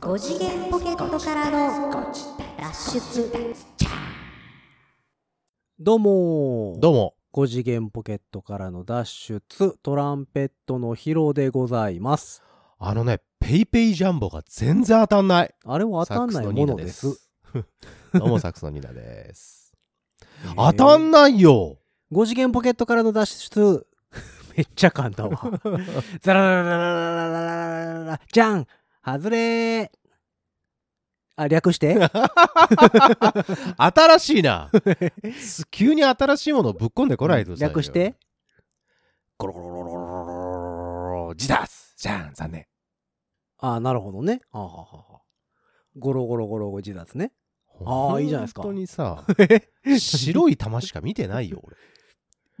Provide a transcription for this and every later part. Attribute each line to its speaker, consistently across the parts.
Speaker 1: 5次元ポケットからの脱出
Speaker 2: どうもー
Speaker 3: どうも、
Speaker 2: 5次元ポケットからの脱出トランペットのヒロでございます
Speaker 3: あのね、ペイペイジャンボが全然当たんない。
Speaker 2: あれは当たんないものです
Speaker 3: サックスのニーナです。どうも、サックスのニーナです。当たんないよ
Speaker 2: 5次元ポケットからの脱出めっちゃ簡単わザララララララララララじゃん外れーあ略して
Speaker 3: 新しいなす急に新しいものをぶっ込んでこないとさ
Speaker 2: 略して
Speaker 3: コロコロコロコロコロコロ自殺じゃん残念
Speaker 2: あなるほどねはあはあはあはあゴロゴロゴロゴ自殺ねあーいいじゃないですか
Speaker 3: 本当にさ白い玉しか見てないよ俺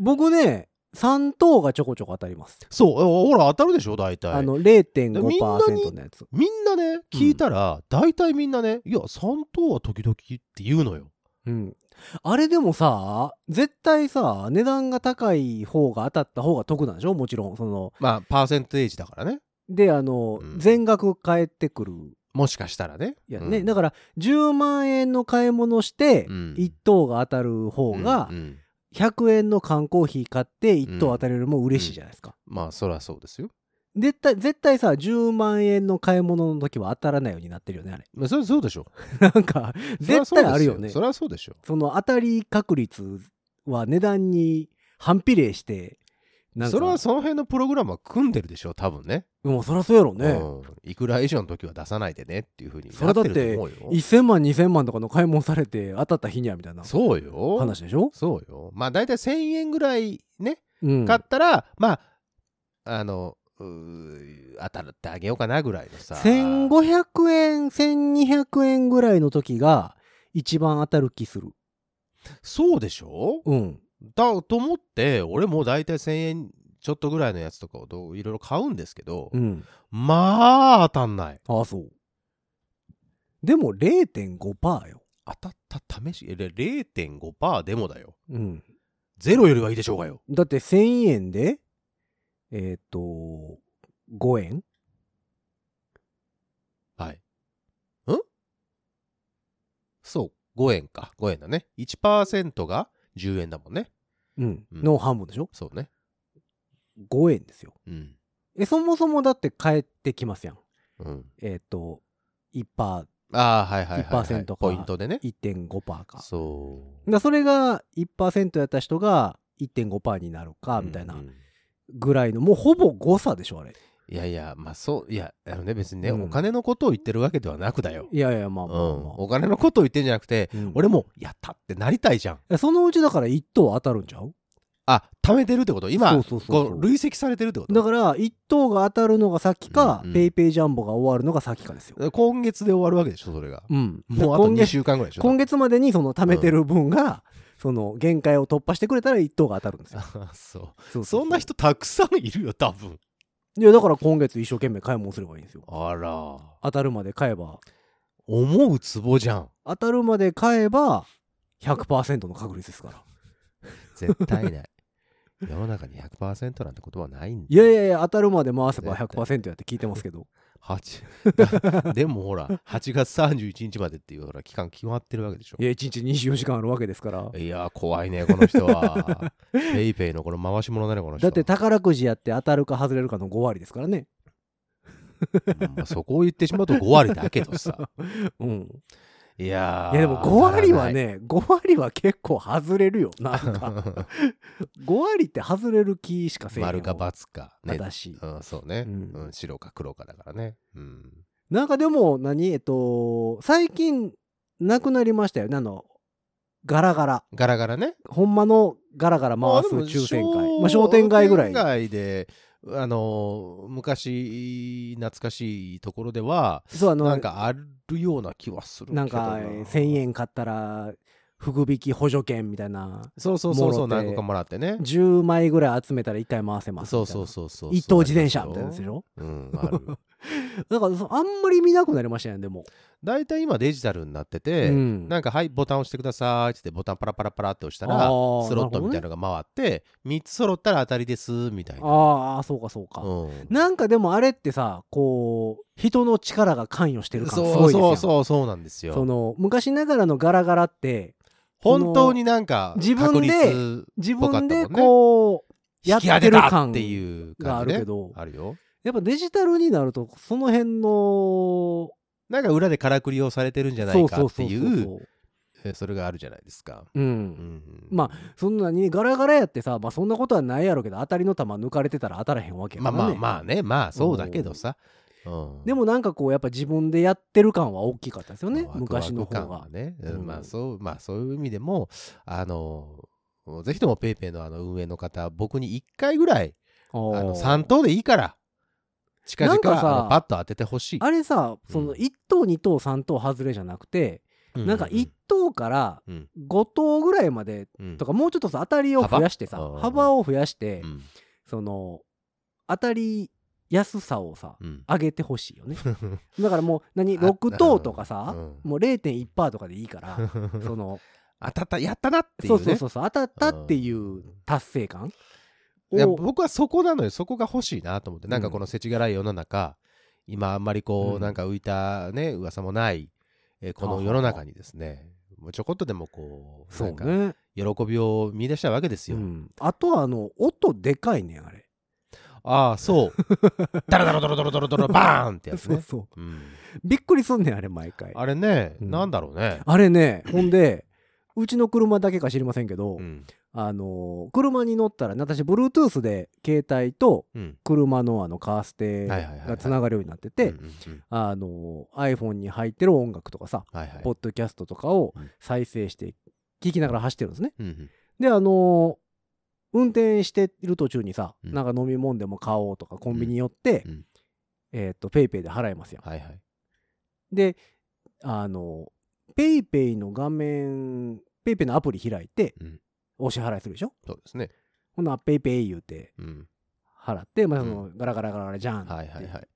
Speaker 2: 僕ね3等がちょこちょこ当たります、
Speaker 3: そうほら当たるでしょ大体
Speaker 2: あの
Speaker 3: みんなに
Speaker 2: 0.5%のやつ
Speaker 3: みんなね聞いたら、大体みんなねいや3等は時々って言うのよ
Speaker 2: うん。あれでもさ、絶対さ、値段が高い方が当たった方が得なんでしょもちろん。その、
Speaker 3: まあパーセンテージだからね
Speaker 2: で、あの、
Speaker 3: うん
Speaker 2: 全額返ってくる
Speaker 3: もしかしたらね
Speaker 2: やんね。
Speaker 3: うん
Speaker 2: だから、10万円の買い物して、
Speaker 3: うん
Speaker 2: 1等が当たる方が
Speaker 3: うん、うん
Speaker 2: 100円の缶コーヒー買って1等当たるよりも嬉しいじゃないですか。
Speaker 3: まあそりゃそうですよ
Speaker 2: 絶対、絶対さ、10万円の買い物の時は当たらないようになってるよね、あれ。
Speaker 3: まあそりゃそうでしょ
Speaker 2: なんか、絶対あるよね。
Speaker 3: そりゃそうでしょ
Speaker 2: その当たり確率は値段に反比例して、なんか
Speaker 3: それはその辺のプログラムは組んでるでしょ多分ね
Speaker 2: もうそりゃそうやろね、
Speaker 3: うん、いくら以上の時は出さないでねっていうふうに
Speaker 2: それ
Speaker 3: な
Speaker 2: だ
Speaker 3: っ
Speaker 2: ってて
Speaker 3: ると思うよ
Speaker 2: 1000万2000万とかの買い物されて当たった日にはみたいな
Speaker 3: そうよ
Speaker 2: 話でしょ、
Speaker 3: そうよまあ大体1000円ぐらいね
Speaker 2: うん、
Speaker 3: 買ったら、まああのうー当たってあげようかなぐらいのさ
Speaker 2: 1500円1200円ぐらいの時が一番当たる気する
Speaker 3: そうでしょ
Speaker 2: うん
Speaker 3: だと思って俺もう大体1,000円ちょっとぐらいのやつとかをどういろいろ買うんですけど、
Speaker 2: うん
Speaker 3: まあ当たんない
Speaker 2: ああそうでも0.5%よ
Speaker 3: 当たった試しえれ0.5%でもだよ
Speaker 2: うん
Speaker 3: ゼロよりはいいでしょうがよ
Speaker 2: だって1000円でえっ、と5円
Speaker 3: はいんそう5円か5円だね1%が10円だもんね
Speaker 2: うん
Speaker 3: うん
Speaker 2: の半分でしょ
Speaker 3: そうね
Speaker 2: 5円ですよ
Speaker 3: うん
Speaker 2: えそもそもだって返ってきますやん
Speaker 3: うん
Speaker 2: えっ、と1パー
Speaker 3: ああはいはいはい、はい、
Speaker 2: 1%か
Speaker 3: ポイントでね
Speaker 2: 1.5%か
Speaker 3: そ
Speaker 2: だからそれが1%やった人が1.5%になる
Speaker 3: う
Speaker 2: かみたいな
Speaker 3: うんうん
Speaker 2: ぐらいの、もうほぼ誤差でしょあれ
Speaker 3: いやいやまあそういやあのね別にね、
Speaker 2: うん
Speaker 3: お金のことを言ってるわけではなくだよ
Speaker 2: いやいやまあ
Speaker 3: うん
Speaker 2: まあまあ、
Speaker 3: お金のことを言ってんじゃなくて、
Speaker 2: うん
Speaker 3: 俺もやったってなりたいじゃん
Speaker 2: いやそのうちだから1等当たるんちゃう
Speaker 3: あ貯めてるってこと今
Speaker 2: そうそうそうそ
Speaker 3: こ
Speaker 2: う
Speaker 3: う累積されてるってこと
Speaker 2: だから1等が当たるのが先か、
Speaker 3: うんうん
Speaker 2: ペイペイジャンボが終わるのが先かですよ、
Speaker 3: 今月で終わるわけでしょそれが、
Speaker 2: うん、
Speaker 3: もうあと
Speaker 2: 今
Speaker 3: 2
Speaker 2: 月
Speaker 3: 週間ぐらいでしょ
Speaker 2: 今月までにその貯めてる分が、その限界を突破してくれたら1等が当たるんですよ
Speaker 3: あ そう
Speaker 2: うう
Speaker 3: そんな人たくさんいるよ多分
Speaker 2: いやだから今月一生懸命買い物すればいいんですよ
Speaker 3: あら
Speaker 2: 当たるまで買えば
Speaker 3: 思うツボじゃん
Speaker 2: 当たるまで買えば100%の確率ですから
Speaker 3: 絶対ない 世の中に100%なんてことはないんだ
Speaker 2: いやいやいや、当たるまで回せば
Speaker 3: 絶対
Speaker 2: 100%やって聞いてますけど。
Speaker 3: 八 でもほら8月31日までっていうほら期間決まってるわけでしょ
Speaker 2: いや、1日24時間あるわけですから。
Speaker 3: いやー怖いねこの人はペイペイのこの回し物だねこの人
Speaker 2: だって宝くじやって当たるか外れるかの5割ですからね。
Speaker 3: うんまあそこを言ってしまうと5割だけ どさ
Speaker 2: うん。
Speaker 3: いやー
Speaker 2: いや、でも5割はね、5割は結構外れるよ。なん
Speaker 3: 当た
Speaker 2: か、
Speaker 3: らない
Speaker 2: 5割って外れる気しかせえへんよ。
Speaker 3: 丸か×かね
Speaker 2: 私
Speaker 3: うん、そうね、
Speaker 2: う
Speaker 3: うんん白か黒かだからね、うん、
Speaker 2: なんかでも、何えっと、最近、なくなりましたよね。あの、ガラガラ。
Speaker 3: ガラガラね
Speaker 2: ほんまのガラガラ回す
Speaker 3: でも
Speaker 2: 抽選
Speaker 3: 商
Speaker 2: 会。まあ、商店街ぐらい。
Speaker 3: 商店街であのー昔懐かしいところでは
Speaker 2: そう、あの、
Speaker 3: なんかあるような気はするけど
Speaker 2: なんか1000円買ったら福引き補助券みたいな
Speaker 3: そうそうそうそ
Speaker 2: もろ
Speaker 3: う
Speaker 2: て
Speaker 3: 何個かもらってね
Speaker 2: 10枚ぐらい集めたら1回回せますみたい
Speaker 3: そ
Speaker 2: な
Speaker 3: うそうそうそう
Speaker 2: 一等自転車みたいなやつでしょ
Speaker 3: うんある
Speaker 2: だからそあんまり見なくなりましたねでも、
Speaker 3: 大体今デジタルになってて、
Speaker 2: うん
Speaker 3: なんか「はいボタン押してください」っつってボタンパラパラパラって押した
Speaker 2: あ
Speaker 3: らス
Speaker 2: ー
Speaker 3: ロットみたいなのが回って、3つ揃ったら当たりですみたいな。
Speaker 2: ああそうかそうか、
Speaker 3: うん
Speaker 2: なんかでもあれってさこう人の力が関与してる感す
Speaker 3: そ
Speaker 2: ご
Speaker 3: う
Speaker 2: いですよ
Speaker 3: そうそうそうなんです
Speaker 2: そ
Speaker 3: よ。
Speaker 2: の昔ながらのガラガラって
Speaker 3: 本当になんか
Speaker 2: 自分で
Speaker 3: 確率
Speaker 2: 自
Speaker 3: ぽか
Speaker 2: 分
Speaker 3: ったもん
Speaker 2: で
Speaker 3: ね
Speaker 2: こうや
Speaker 3: 引
Speaker 2: って
Speaker 3: き当て
Speaker 2: る
Speaker 3: た
Speaker 2: 感
Speaker 3: っていう
Speaker 2: があ
Speaker 3: 感じ、
Speaker 2: る
Speaker 3: ね、
Speaker 2: けど
Speaker 3: あるよ。
Speaker 2: やっぱデジタルになるとその辺の
Speaker 3: なんか裏でからくりをされてるんじゃな
Speaker 2: そ
Speaker 3: いうか
Speaker 2: そう
Speaker 3: って
Speaker 2: そう
Speaker 3: い
Speaker 2: そうう
Speaker 3: えそれがあるじゃないですか。
Speaker 2: う
Speaker 3: うんん
Speaker 2: まそんなにガラガラやってさまあそんなことはないやろうけど当たりの球抜かれてたら当たらへんわけや
Speaker 3: ま
Speaker 2: か
Speaker 3: あ
Speaker 2: ら
Speaker 3: ま
Speaker 2: ね
Speaker 3: あまあねまあそうだけどさ。うん
Speaker 2: でもなんかこうやっぱ自分でやってる感は大きかったですよね
Speaker 3: ワクワク
Speaker 2: 昔の方
Speaker 3: 感
Speaker 2: が
Speaker 3: ね、うん
Speaker 2: うん
Speaker 3: まあそうまあそういう意味でもあのぜひともペイペイのあの運営の方僕に1回ぐらい
Speaker 2: あ
Speaker 3: あの
Speaker 2: の
Speaker 3: 3等でいいから近
Speaker 2: な
Speaker 3: 々
Speaker 2: んかさ
Speaker 3: あのパッと当ててほしい。
Speaker 2: あれさその
Speaker 3: うん
Speaker 2: 1等2等3等外れじゃなくて
Speaker 3: う
Speaker 2: なんか1等から
Speaker 3: うん
Speaker 2: 5等ぐらいまで
Speaker 3: うん
Speaker 2: とかもうちょっとさ当たりを増やしてさ
Speaker 3: 幅うん
Speaker 2: 幅を増やして、
Speaker 3: うん
Speaker 2: その当たりやすさをさ
Speaker 3: うん
Speaker 2: 上げてほしいよね だからもう何
Speaker 3: あ
Speaker 2: 6等とかさ、
Speaker 3: うん
Speaker 2: もう0.1%とかでいいから その
Speaker 3: 当たったやったなっていう
Speaker 2: そう
Speaker 3: ね
Speaker 2: そうそうそう当たったっていう達成感
Speaker 3: いや
Speaker 2: を
Speaker 3: 僕はそこなのよそこが欲しいなと思ってなん
Speaker 2: う
Speaker 3: か
Speaker 2: ん
Speaker 3: この世知辛い世の中、今あんまりこう、
Speaker 2: うん
Speaker 3: なんか浮いたね噂もない、えーこ
Speaker 2: はあ
Speaker 3: の
Speaker 2: はあ
Speaker 3: 世の中にですねもうちょこっとでもこう
Speaker 2: そ
Speaker 3: な
Speaker 2: うん
Speaker 3: か
Speaker 2: ね、
Speaker 3: 喜びを見出したわけです
Speaker 2: う
Speaker 3: よ、
Speaker 2: ん、あとはあの音でかいねあれ
Speaker 3: あ あそうダラダラダラダラダラダラバーンってやつ
Speaker 2: そう
Speaker 3: ね、
Speaker 2: そ
Speaker 3: う
Speaker 2: う
Speaker 3: ん、
Speaker 2: びっくりすんねんあれ毎回あ
Speaker 3: あれね、
Speaker 2: うん
Speaker 3: なんだろうね、
Speaker 2: れねほんでうちの車だけか知りませんけど、
Speaker 3: うん
Speaker 2: あのー車に乗ったらね私 Bluetooth で携帯と
Speaker 3: うん
Speaker 2: 車のあのカーステ
Speaker 3: はいはいはいはい
Speaker 2: がつながるようになってて、
Speaker 3: うんうんうん
Speaker 2: あの iPhone に入ってる音楽とかさ、
Speaker 3: はいはい
Speaker 2: ポッドキャストとかを
Speaker 3: うん
Speaker 2: 再生して聞きながら走ってるんですね。
Speaker 3: うんうん
Speaker 2: であの運転してる途中にさ、
Speaker 3: うん
Speaker 2: なんか飲み物でも買おうとかコンビニ寄って、
Speaker 3: うんうん
Speaker 2: えっ、とペイペイで払いますよ。
Speaker 3: はいはい
Speaker 2: であのペイペイの画面ペイペイのアプリ開いて、
Speaker 3: うん
Speaker 2: お支払いするでしょ
Speaker 3: そうですね、
Speaker 2: ほんならペイペイ言うて
Speaker 3: うん、
Speaker 2: 払って、まあ、そうのガラガラガラガラじゃん
Speaker 3: はい
Speaker 2: っ
Speaker 3: はいは
Speaker 2: て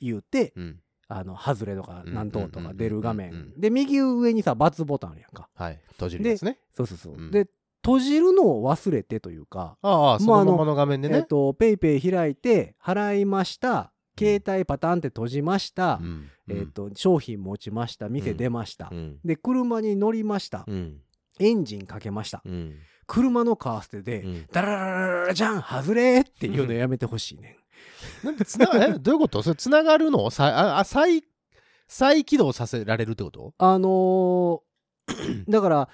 Speaker 3: い、
Speaker 2: 言うて
Speaker 3: うん、
Speaker 2: あの外れとか
Speaker 3: うん
Speaker 2: 何等とか出る画
Speaker 3: うんうんうん
Speaker 2: 面
Speaker 3: う
Speaker 2: で右上にさ×ボタンあるやんか
Speaker 3: はい閉じるですね
Speaker 2: そうそうそう、
Speaker 3: うん
Speaker 2: で閉じるのを忘れてというか、
Speaker 3: ああそ
Speaker 2: まああ
Speaker 3: の
Speaker 2: の
Speaker 3: ままの画面で
Speaker 2: えっ、
Speaker 3: ね、
Speaker 2: とペイペイ開いて払いました携帯パターンって閉じました、
Speaker 3: うん
Speaker 2: えっ、と商品持ちました店出ました、
Speaker 3: うん
Speaker 2: で車に乗りました、
Speaker 3: うん
Speaker 2: エンジンかけました、
Speaker 3: うん
Speaker 2: 車のカーステで、
Speaker 3: うん
Speaker 2: ダラララララじゃん外れっていうのやめてほしいね
Speaker 3: なんでつなえどういうことそれつながるのさああ再再起動させられるってこと
Speaker 2: んあのーだから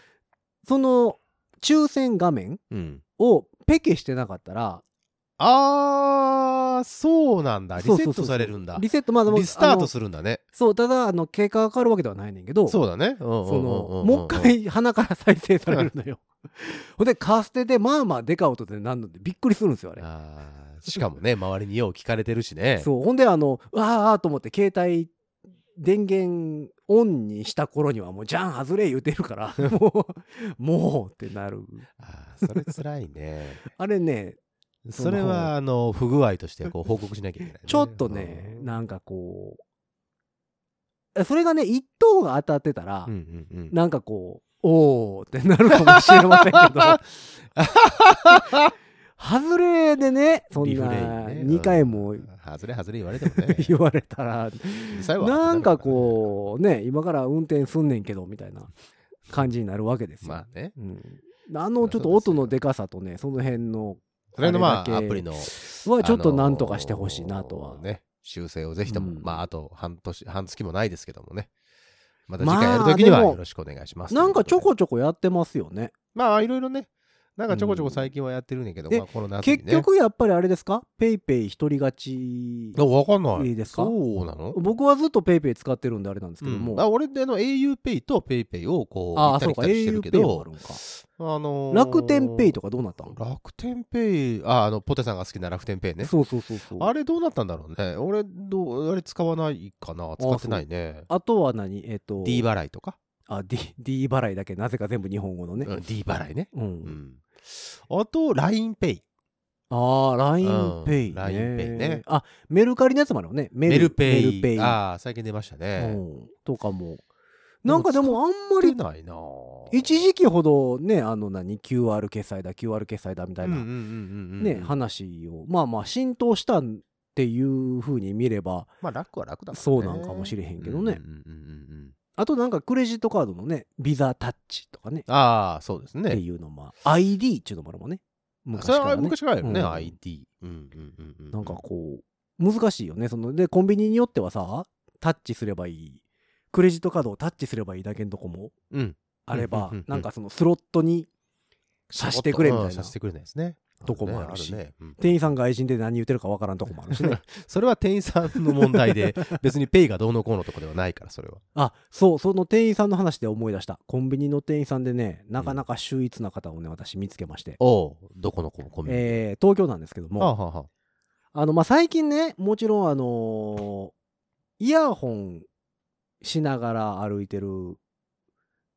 Speaker 2: その抽選画面
Speaker 3: うん
Speaker 2: をペケしてなかったら
Speaker 3: あーそうなんだリセ
Speaker 2: そうそうそ
Speaker 3: ッ
Speaker 2: うそ
Speaker 3: ト
Speaker 2: う
Speaker 3: されるんだ
Speaker 2: リセットまあでも
Speaker 3: リスタート
Speaker 2: る
Speaker 3: するんだね
Speaker 2: そうただあの経過が変わるわけではないねんけど
Speaker 3: そうだねそ
Speaker 2: そのもう一回鼻から再生されるのよ ほんでカーステでまあまあでかい音でなんのでびっくりするんですよあれ
Speaker 3: あーしかもね周りによう聞かれてるしね
Speaker 2: そうほんであのうわーあーと思って携帯電源オンにした頃にはもうじゃん外れ言うてるから もうもうってなる
Speaker 3: あーそれつらい ね
Speaker 2: あれねそ
Speaker 3: そ
Speaker 2: の
Speaker 3: れはあの不具合としてこう報告しなきゃいけないね
Speaker 2: ちょっとね
Speaker 3: うん
Speaker 2: なんかこうそれがね一等が当たってたら、
Speaker 3: うんうんうん
Speaker 2: なんかこうおーってなるかもしれませんけ ど外れでねそん
Speaker 3: リフレイ
Speaker 2: な
Speaker 3: ンね
Speaker 2: 2回も
Speaker 3: うん外れ外れ言われても ね
Speaker 2: 言われたら
Speaker 3: 最後は
Speaker 2: なんかこうね今から運転すんねんけどみたいな感じになるわけですよ。
Speaker 3: まあね
Speaker 2: うんあのちょっと音のでかさとねその辺の
Speaker 3: それのま
Speaker 2: あれ
Speaker 3: あ
Speaker 2: だ
Speaker 3: ア
Speaker 2: け
Speaker 3: プリの
Speaker 2: はちょっとなんとかしてほしいなとは
Speaker 3: あのーね修正をぜひとも、
Speaker 2: うん
Speaker 3: まああと半年半月もないですけどもねまた
Speaker 2: まあ
Speaker 3: 次回やるときには
Speaker 2: でも
Speaker 3: よろしくお願いします、
Speaker 2: なんかちょ
Speaker 3: という
Speaker 2: こちょこやってますよね
Speaker 3: とでまあいろいろねなんかちょこちょこ最近はやってるんやけど、
Speaker 2: うん
Speaker 3: まあこの夏にね
Speaker 2: 結局やっぱりあれですかペイペイ独り勝ち
Speaker 3: いやわかんない
Speaker 2: いいですか
Speaker 3: そうなの
Speaker 2: 僕はずっとペイペイ使ってるんであれなんですけども、
Speaker 3: うんあ俺であの auPay と PayPay をこう
Speaker 2: あ
Speaker 3: 行
Speaker 2: あ
Speaker 3: った
Speaker 2: そ
Speaker 3: り
Speaker 2: う
Speaker 3: 来
Speaker 2: か
Speaker 3: たりしてる
Speaker 2: au
Speaker 3: け
Speaker 2: ペイもあ
Speaker 3: ど
Speaker 2: るんか
Speaker 3: あのー
Speaker 2: 楽天ペイとかどうなったの
Speaker 3: 楽天ペイああのポテさんが好きな楽天ペイね
Speaker 2: そうそうそうそう
Speaker 3: あれどうなったんだろうね俺どうあれ使わないかな使ってないね
Speaker 2: あとは何えっ、と
Speaker 3: D 払いとか、
Speaker 2: あ D, D 払いだけなぜか全部日本語のね
Speaker 3: うん、D 払いね
Speaker 2: うん、
Speaker 3: うんあと LINEPay
Speaker 2: ああ、
Speaker 3: うん
Speaker 2: LINEPay ね。
Speaker 3: LINEPay ね
Speaker 2: あ、メルカリのやつもあるよね。メ
Speaker 3: メルペ
Speaker 2: メルペ
Speaker 3: イ
Speaker 2: イ
Speaker 3: ああ最近出ましたね
Speaker 2: うんとかも。なんかでもあんま
Speaker 3: 出
Speaker 2: り
Speaker 3: ないな
Speaker 2: 一時期ほどね、あの何、QR 決済だ、QR 決済だみたい
Speaker 3: うんうん
Speaker 2: な
Speaker 3: うんうんうん
Speaker 2: ね、話を、まあまあ浸透したっていう風に見れば、
Speaker 3: まあ楽は楽だもんね
Speaker 2: そうなんかもしれへんけどね
Speaker 3: うんうんうんうんうん
Speaker 2: あとなんかクレジットカードのね、ビザタッチとかね、
Speaker 3: ああそうです
Speaker 2: って
Speaker 3: ね
Speaker 2: いうのも、ID っていうのもあるもんね。昔
Speaker 3: そ
Speaker 2: か
Speaker 3: れ
Speaker 2: ら
Speaker 3: は
Speaker 2: ね。
Speaker 3: 昔からやるね
Speaker 2: うん
Speaker 3: ID うんうんうんうん
Speaker 2: なんかこう、難しいよね。そので、コンビニによってはさ、タッチすればいい。クレジットカードをタッチすればいいだけのとこも
Speaker 3: うん
Speaker 2: あれば、
Speaker 3: うんうんうんうん
Speaker 2: なんかそのスロットにさしてくれみた
Speaker 3: うん
Speaker 2: いな
Speaker 3: さ。してくれないですね
Speaker 2: とこもあるし
Speaker 3: ねねうん
Speaker 2: 店員さん外人で何言ってるかわからんとこもあるしね。
Speaker 3: それは店員さんの問題 で別にペイがどうのこうのとこではないからそれは
Speaker 2: あ、そう、その店員さんの話で思い出した。コンビニの店員さんでね、なかなか秀逸な方をね、私見つけまして。
Speaker 3: おうどこの子もコンビニ
Speaker 2: えー東京なんですけども、
Speaker 3: はあはあはあ
Speaker 2: あの、まあ、最近ね、もちろんあのーイヤホンしながら歩いてる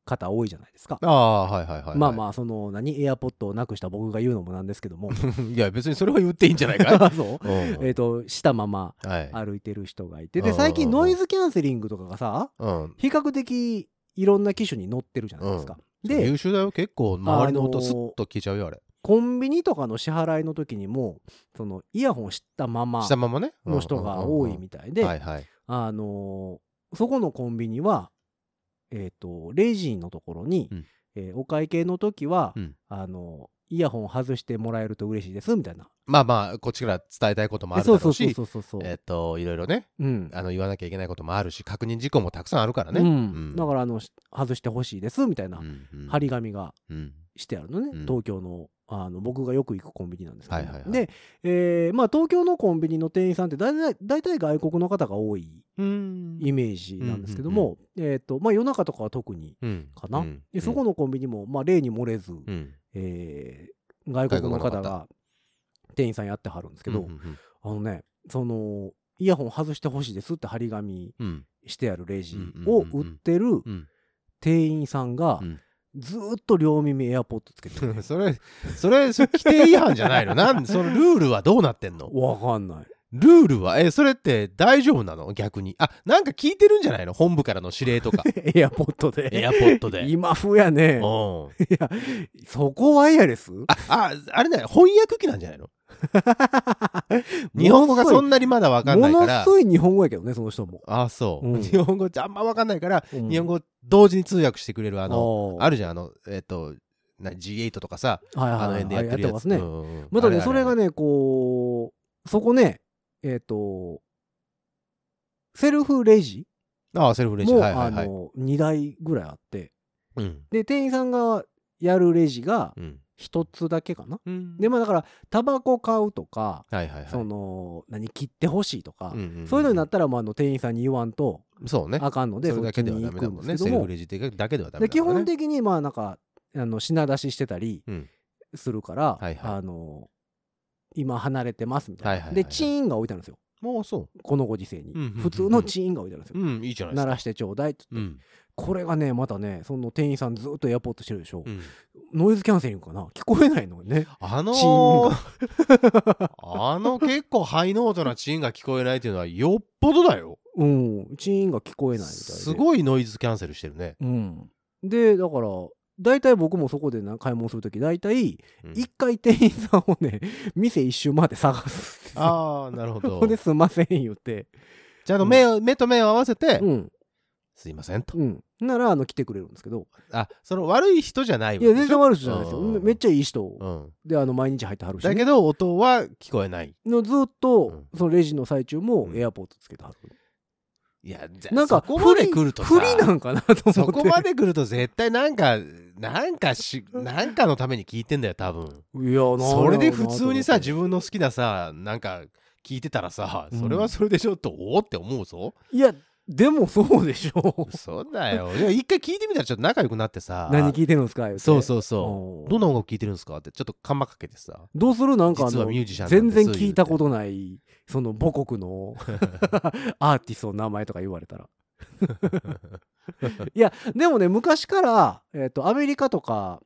Speaker 2: 方多いじゃないですか。
Speaker 3: ああはいはいはいはい
Speaker 2: まあまあ、その、何、エアポッドをなくした僕が言うのもなんですけども。
Speaker 3: いや別にそれは言っていいん じゃないか
Speaker 2: そう
Speaker 3: うん
Speaker 2: えっ、と、したまま
Speaker 3: はい
Speaker 2: 歩いてる人がいて。で、
Speaker 3: うん
Speaker 2: 最近ノイズキャンセリングとかがさ、
Speaker 3: うん
Speaker 2: 比較的いろんな機種に乗ってるじゃないですか。で、
Speaker 3: 優秀だよ結構周りの
Speaker 2: あ
Speaker 3: 音
Speaker 2: のー
Speaker 3: スッと聞いちゃうよあれ
Speaker 2: コンビニとかの支払いの時にも、その、イヤホンしたまま
Speaker 3: したままね
Speaker 2: の人が多いみたい
Speaker 3: た
Speaker 2: で、
Speaker 3: はいはい
Speaker 2: あのーそこのコンビニは、えっ、と、レジのところに、
Speaker 3: うん
Speaker 2: えーお会計の時は、
Speaker 3: うん
Speaker 2: あのイヤホン外してもらえると嬉しいですみたいな。
Speaker 3: まあまあこっちから伝えたいこともあるだろうし
Speaker 2: そうそうそうそうそう。
Speaker 3: えっといろいろね
Speaker 2: うん。
Speaker 3: あの言わなきゃいけないこともあるし確認事項もたくさんあるからね
Speaker 2: うん
Speaker 3: うん
Speaker 2: だからあのし外してほしいですみたいな
Speaker 3: うんうん
Speaker 2: 張り紙が
Speaker 3: うん
Speaker 2: してあるのね、
Speaker 3: うん
Speaker 2: 東京のあの僕がよく行くコンビニなんですけど、
Speaker 3: はいはいはい
Speaker 2: で、えーまあ、東京のコンビニの店員さんって大体大体外国の方が多い
Speaker 3: うん
Speaker 2: イメージなんですけども、えーとまあ、夜中とかは特に
Speaker 3: うん
Speaker 2: かな
Speaker 3: うん
Speaker 2: でそこのコンビニも、まあ、例に漏れず、
Speaker 3: うん
Speaker 2: えー外国の方
Speaker 3: 外国の
Speaker 2: が店員さんやってはるんですけど、
Speaker 3: うんうん
Speaker 2: あのねそのイヤホン外してほしいですって張り紙
Speaker 3: うん
Speaker 2: してあるレジ
Speaker 3: うんうん
Speaker 2: を
Speaker 3: うんうん
Speaker 2: 売ってる
Speaker 3: うん
Speaker 2: 店員さんが
Speaker 3: うん
Speaker 2: ずーっと両耳エアポッドつけてる、
Speaker 3: うん それそれそれ規定違反じゃないのなんそのルールはどうなってんの
Speaker 2: わかんない
Speaker 3: ルールはえそれって大丈夫なの逆にあなんか聞いてるんじゃないの本部からの指令とか
Speaker 2: エアポッド
Speaker 3: エ
Speaker 2: で
Speaker 3: アポットで
Speaker 2: 今風やね
Speaker 3: うん
Speaker 2: いやそこワイヤレス
Speaker 3: あああれだよ翻訳機なんじゃない の日本語がそんなにまだわかん
Speaker 2: も
Speaker 3: ない
Speaker 2: の
Speaker 3: から
Speaker 2: すごい日本語やけどねその人も、
Speaker 3: あそう、
Speaker 2: うん
Speaker 3: 日本語ってあんまわかんないから
Speaker 2: うん
Speaker 3: 日本語同時に通訳してくれるあの
Speaker 2: の
Speaker 3: あるじゃんあのえっ、とな G8 とかさ
Speaker 2: はいはい
Speaker 3: あの
Speaker 2: はい
Speaker 3: 辺でやって
Speaker 2: やっ
Speaker 3: るや
Speaker 2: てま
Speaker 3: つ
Speaker 2: すね、
Speaker 3: うんうんうん
Speaker 2: また
Speaker 3: あ
Speaker 2: ね、
Speaker 3: あ
Speaker 2: それがね、こう、そこね、えっ、と、セルフレジ
Speaker 3: ああセルフレジ
Speaker 2: も、
Speaker 3: はいは
Speaker 2: あ
Speaker 3: いはい
Speaker 2: の、2台ぐらいあって、
Speaker 3: うん
Speaker 2: で、店員さんがやるレジが
Speaker 3: うん
Speaker 2: 1つだけかな。
Speaker 3: うん
Speaker 2: で、まあだから、タバコ買うとか、
Speaker 3: はいはいはい
Speaker 2: その、何、切ってほしいとか、
Speaker 3: うんうんうん
Speaker 2: そういうのになったら、まあ、あの、店員さんに言わんと
Speaker 3: そうね
Speaker 2: あかんので、
Speaker 3: それだけではダメだもんね
Speaker 2: そっち
Speaker 3: セル
Speaker 2: に行くんで
Speaker 3: フ
Speaker 2: す
Speaker 3: レジってだけでは
Speaker 2: けども、で
Speaker 3: ダメだ
Speaker 2: 基
Speaker 3: から
Speaker 2: 本
Speaker 3: ね
Speaker 2: 的に、まあ、なんか、あの、品出ししてたり
Speaker 3: うん
Speaker 2: するから、
Speaker 3: はいはい
Speaker 2: あの、今離れてますみたいな。
Speaker 3: はいはいはい
Speaker 2: で、
Speaker 3: はい
Speaker 2: チーンが置いてあるんですよ。
Speaker 3: もうそ
Speaker 2: このご時世に、
Speaker 3: うんうんうんうん
Speaker 2: 普通のチーンが置いてあるんです
Speaker 3: う
Speaker 2: よ、
Speaker 3: うんいいじゃないです
Speaker 2: 鳴
Speaker 3: から
Speaker 2: してちょうだいっつって、
Speaker 3: うん
Speaker 2: これがねまたねその店員さんずっとエアポットしてるでしょ、
Speaker 3: うん
Speaker 2: ノイズキャンセリングかな聞こえないのね
Speaker 3: あの
Speaker 2: チーン
Speaker 3: ー あの結構ハイノートなチーンが聞こえないっていうのはよっぽどだよ
Speaker 2: うんチーンが聞こえないみたいですい、
Speaker 3: ごいノイズキャンセルしてるね
Speaker 2: うん、でだから大体僕もそこでな買い物する時大体
Speaker 3: うん
Speaker 2: 一回店員さんを ね店一周回って探すんですよ
Speaker 3: ああなるほ
Speaker 2: ほ
Speaker 3: ど
Speaker 2: んですんません言って
Speaker 3: じゃああの目を目と目を合わせて
Speaker 2: うん
Speaker 3: すいませんと
Speaker 2: うんならあの来てくれるんですけど
Speaker 3: あその悪い人じゃないわ
Speaker 2: い
Speaker 3: け
Speaker 2: や
Speaker 3: でしょ
Speaker 2: 全然悪い人じゃないですよ
Speaker 3: うん
Speaker 2: めっちゃいい人、
Speaker 3: うん
Speaker 2: であの毎日入ってはるしね、
Speaker 3: だけど音は聞こえない
Speaker 2: のずっと、
Speaker 3: うん
Speaker 2: そのレジの最中も
Speaker 3: うん
Speaker 2: エアポートつけてはる、
Speaker 3: いやじゃあ
Speaker 2: なんか
Speaker 3: そこまで
Speaker 2: 不利
Speaker 3: 来るとさ
Speaker 2: 不利なんかなと思って
Speaker 3: そこまで来ると絶対なんかなん かしなんかのために聞いてんだよ多分
Speaker 2: い やなんやろうな
Speaker 3: それで普通にさ
Speaker 2: と
Speaker 3: 自分の好きなさなんか聞いてたらさ
Speaker 2: うん
Speaker 3: それはそれでしょとおおって思うぞ
Speaker 2: 思っていやでもそうでし ょ
Speaker 3: そう だよいや一回聞いてみたらちょっと仲良くなってさ
Speaker 2: 何聞いてるんですか言て
Speaker 3: そうそうそ
Speaker 2: お
Speaker 3: う
Speaker 2: ー
Speaker 3: どんな音楽聴いてるんですかってちょっとカンマかけてさ
Speaker 2: どうするなんかあ
Speaker 3: 実は
Speaker 2: の
Speaker 3: ミュージシャンなん
Speaker 2: 全
Speaker 3: です
Speaker 2: 然聞いたことないその母国 のアーティストの名前とか言われたらいやでもね昔から、えっとアメリカとか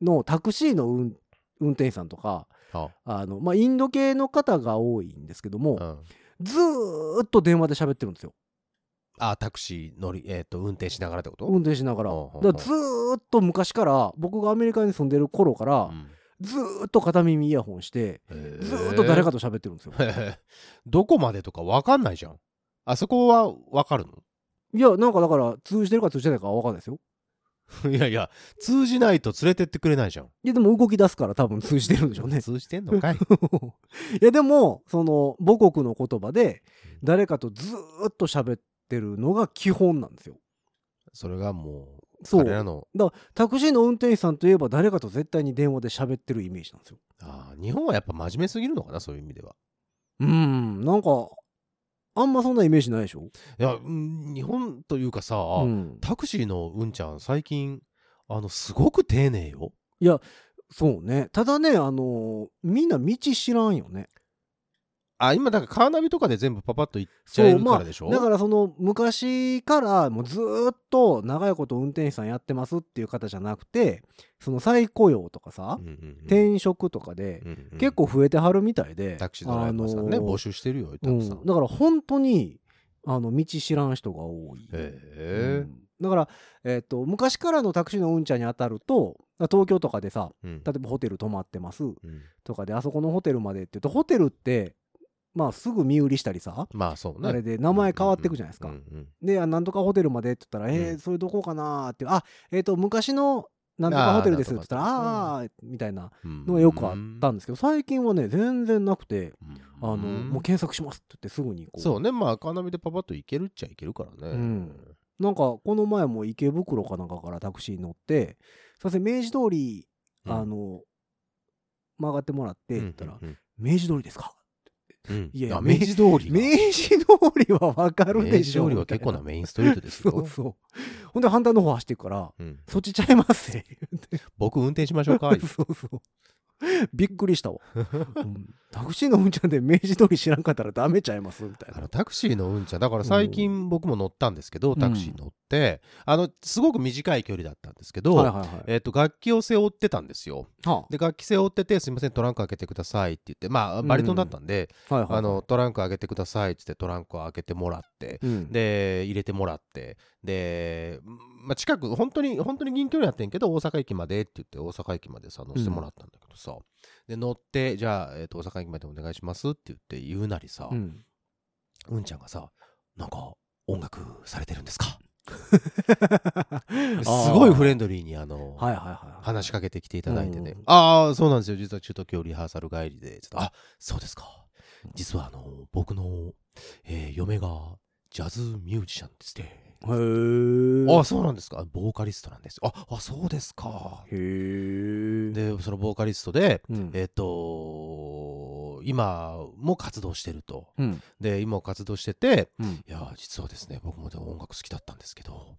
Speaker 2: のタクシーの運運転手さんとか
Speaker 3: あ
Speaker 2: あの、まあ、インド系の方が多いんですけども、
Speaker 3: うん
Speaker 2: ずーっと電話で喋ってるんですよ
Speaker 3: あタクシー乗り、えっと運転しながらってこと
Speaker 2: 運転しながら
Speaker 3: ほうほうほう
Speaker 2: だからずーっと昔から僕がアメリカに住んでる頃から、
Speaker 3: うん
Speaker 2: ずーっと片耳イヤホンして
Speaker 3: へー
Speaker 2: ずーっと誰かと喋ってるんですよ、
Speaker 3: へへ どこまでとか分かんないじゃんあそこは分かる
Speaker 2: いやなんかだから通じてるか通じてないかは分かんないですよ
Speaker 3: の いやいや通じないと連れてってくれないじゃん
Speaker 2: いやでも動き出すから多分通じてるんでしょうね
Speaker 3: 通じてんのかい
Speaker 2: いやでもその母国の言葉で誰かとずーっと喋ってるのが基本なんですよ
Speaker 3: それがもう
Speaker 2: そう
Speaker 3: 彼らの
Speaker 2: タクシーの運転手さんといえば誰かと絶対に電話で喋ってるイメージなんですよ
Speaker 3: あー日本はやっぱ真面目すぎるのかなそういう意味では
Speaker 2: うーんなんかあんまそんなイメージないでしょ
Speaker 3: いやうん日本というかさ、
Speaker 2: うん、
Speaker 3: タクシーのうんちゃん最近あのすごく丁寧よ
Speaker 2: そうねただねあのーみんな道知らんよね
Speaker 3: あ今だからカーナビとかで全部パパッと行っちゃえるからでしょ、
Speaker 2: だからその昔からもうずーっと長いこと運転手さんやってますっていう方じゃなくてその再雇用とかさ、
Speaker 3: うんうんうん
Speaker 2: 転職とかで
Speaker 3: うんうん
Speaker 2: 結構増えてはるみたいで、
Speaker 3: タクシードライバーさんね、
Speaker 2: あのー
Speaker 3: 募集してるよたく
Speaker 2: う
Speaker 3: さん、
Speaker 2: ん、だから本当にあの道知らん人が多い、
Speaker 3: へえ
Speaker 2: うんだから、えっと昔からのタクシーのうんちゃんに当たると東京とかでさ
Speaker 3: うん
Speaker 2: 例えばホテル泊まってます
Speaker 3: うん
Speaker 2: とかであそこのホテルまでって言うとホテルってまあすぐ身売りしたりさ、
Speaker 3: まあそうね
Speaker 2: あれで名前変わってくじゃないですか、
Speaker 3: うんうん
Speaker 2: であなんとかホテルまでって言ったら「え
Speaker 3: う
Speaker 2: ー、
Speaker 3: ん
Speaker 2: それどこかな?」って「あえっ、と昔のなんとかホテルです」って言ったら「あ
Speaker 3: あ
Speaker 2: あー」みたいな
Speaker 3: うん
Speaker 2: のがよくあったんですけど最近はね全然なくて
Speaker 3: うん
Speaker 2: 「あのもう検索します」って言ってすぐにこう
Speaker 3: そうねまあカーナビでパパッと行けるっちゃ行けるからね、
Speaker 2: うんなんかこの前も池袋かなんかからタクシー乗って「すいません明治通り
Speaker 3: うん
Speaker 2: あの、曲がってもらって」って言ったら「
Speaker 3: うん
Speaker 2: 明治通りですか?」
Speaker 3: うん
Speaker 2: いやいや
Speaker 3: あ明治通りが
Speaker 2: 明治通りはわかるでしょ
Speaker 3: 明治通りは結構なメインストリートですよ
Speaker 2: そうそうほんで反対の方走っていくから
Speaker 3: うん
Speaker 2: 「そっちちゃいますね」
Speaker 3: 僕運転しましょうか
Speaker 2: そうそうびっくりしたわ、うんタクシーのうんちゃんで明治通り知らんかったらダメちゃいますみたい
Speaker 3: あ
Speaker 2: な
Speaker 3: のタクシーのうんちゃんだから最近僕も乗ったんですけどタクシー乗って、あのすごく短い距離だったんですけど、
Speaker 2: はいはいはい
Speaker 3: えっと楽器を背負ってたんですよ
Speaker 2: は
Speaker 3: で楽器背負ってて「すいませんトランク開けてください」って言ってまあバリトンだったんで、
Speaker 2: あはいはいはい
Speaker 3: あのトランク開けてくださいって言ってトランクを開けてもらって
Speaker 2: うん
Speaker 3: で入れてもらってで、まあ、近く本当に本当に近距離やってんけど大阪駅までって言って大阪駅までさ乗せてもらったんだけどさ、で乗ってじゃあ、えーと大阪駅までお願いしますって言って言うなりさ、う、
Speaker 2: うん ん
Speaker 3: ちゃんがさなんか音楽されてるんですか
Speaker 2: あ
Speaker 3: す
Speaker 2: ー
Speaker 3: ごいフレンドリーにあの、
Speaker 2: はいはいはい
Speaker 3: 話しかけてきていただいてね、
Speaker 2: うん
Speaker 3: ああそうなんですよ実は中途今日リハーサル帰りでちょっとあそうですか実はあの僕の、えー嫁がジャズミュージシャンでして
Speaker 2: へえ
Speaker 3: あそうなんですかボーカリストなんですよああそうですか
Speaker 2: へえ
Speaker 3: でそのボーカリストで
Speaker 2: うん
Speaker 3: えっ、と今も活動してると
Speaker 2: うん
Speaker 3: で今も活動してて
Speaker 2: うん
Speaker 3: いやー実はですね僕もでも音楽好きだったんですけど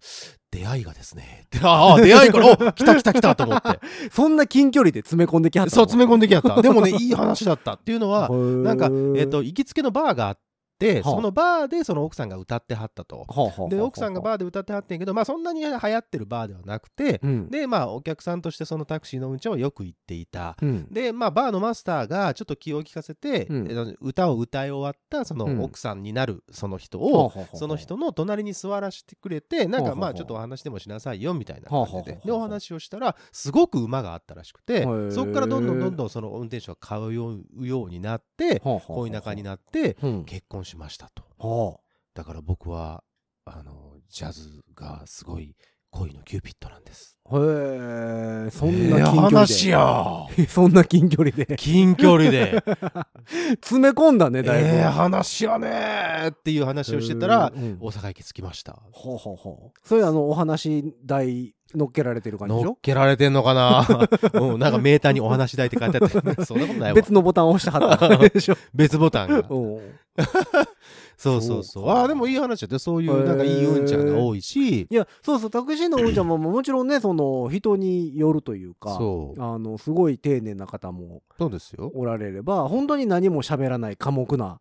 Speaker 3: 出会いがですね でああ出会いからお来た来た来たと思って
Speaker 2: そんな近距離で詰め込んできはった
Speaker 3: そう詰め込んでき やったでもねいい話だったっていうのはなんか、えっと
Speaker 2: は
Speaker 3: 行きつけのバーがあって
Speaker 2: はあ
Speaker 3: そのバーでその奥さんが歌ってはったと
Speaker 2: あはあはあ
Speaker 3: で奥さんがバーで歌ってはってんけどまあそんなに流行ってるバーではなくて
Speaker 2: うん
Speaker 3: でまあお客さんとしてそのタクシーのうんちゃんはよく行っていた
Speaker 2: うん
Speaker 3: でまあバーのマスターがちょっと気を利かせて、
Speaker 2: うん
Speaker 3: えー歌を歌い終わったそ
Speaker 2: うん
Speaker 3: の奥さんになるその人
Speaker 2: はあは
Speaker 3: を、
Speaker 2: あはあ
Speaker 3: その人の隣に座らせてくれてなん
Speaker 2: はあはあ
Speaker 3: かまあちょっとお話でもしなさいよみたいな感
Speaker 2: はあは
Speaker 3: じで、
Speaker 2: あはあ
Speaker 3: でお話をしたらすごく馬があったらしく
Speaker 2: へ
Speaker 3: て
Speaker 2: え
Speaker 3: そこからどんどんどんどんその運転手は通うようになって
Speaker 2: はあはあはあ
Speaker 3: 恋仲になって
Speaker 2: うん
Speaker 3: 結婚しましたと
Speaker 2: は
Speaker 3: だから僕はあのジャズがすごい恋のキューピッドなんです
Speaker 2: あへえそんな近距離で
Speaker 3: や
Speaker 2: そんな近距離で
Speaker 3: 近距離 で
Speaker 2: 詰め込んだねだいぶ、
Speaker 3: ええ話やねーっていう話をしてたら
Speaker 2: う、ん
Speaker 3: 大阪駅着きました。
Speaker 2: ほうほうほうそれあのお話題乗っけられてる感じでし
Speaker 3: 乗っ
Speaker 2: ょ
Speaker 3: けられてんのかな うん、なんかメーターにお話し代って書いて あった。そんなことないわ。別
Speaker 2: 別のボタンを押したはったでし ょ
Speaker 3: ボタンが。
Speaker 2: うん
Speaker 3: そうそうそう。
Speaker 2: そうか
Speaker 3: ああ、でもいい話だって、そうい
Speaker 2: へ
Speaker 3: う、
Speaker 2: え
Speaker 3: なんかいいうんちゃんが多いし、
Speaker 2: いやそうそうタクシーのうんちゃんももちろんねその人によるというか
Speaker 3: そう
Speaker 2: あのすごい丁寧な方も
Speaker 3: そうですよ。
Speaker 2: おられれば本当に何も喋らない寡黙な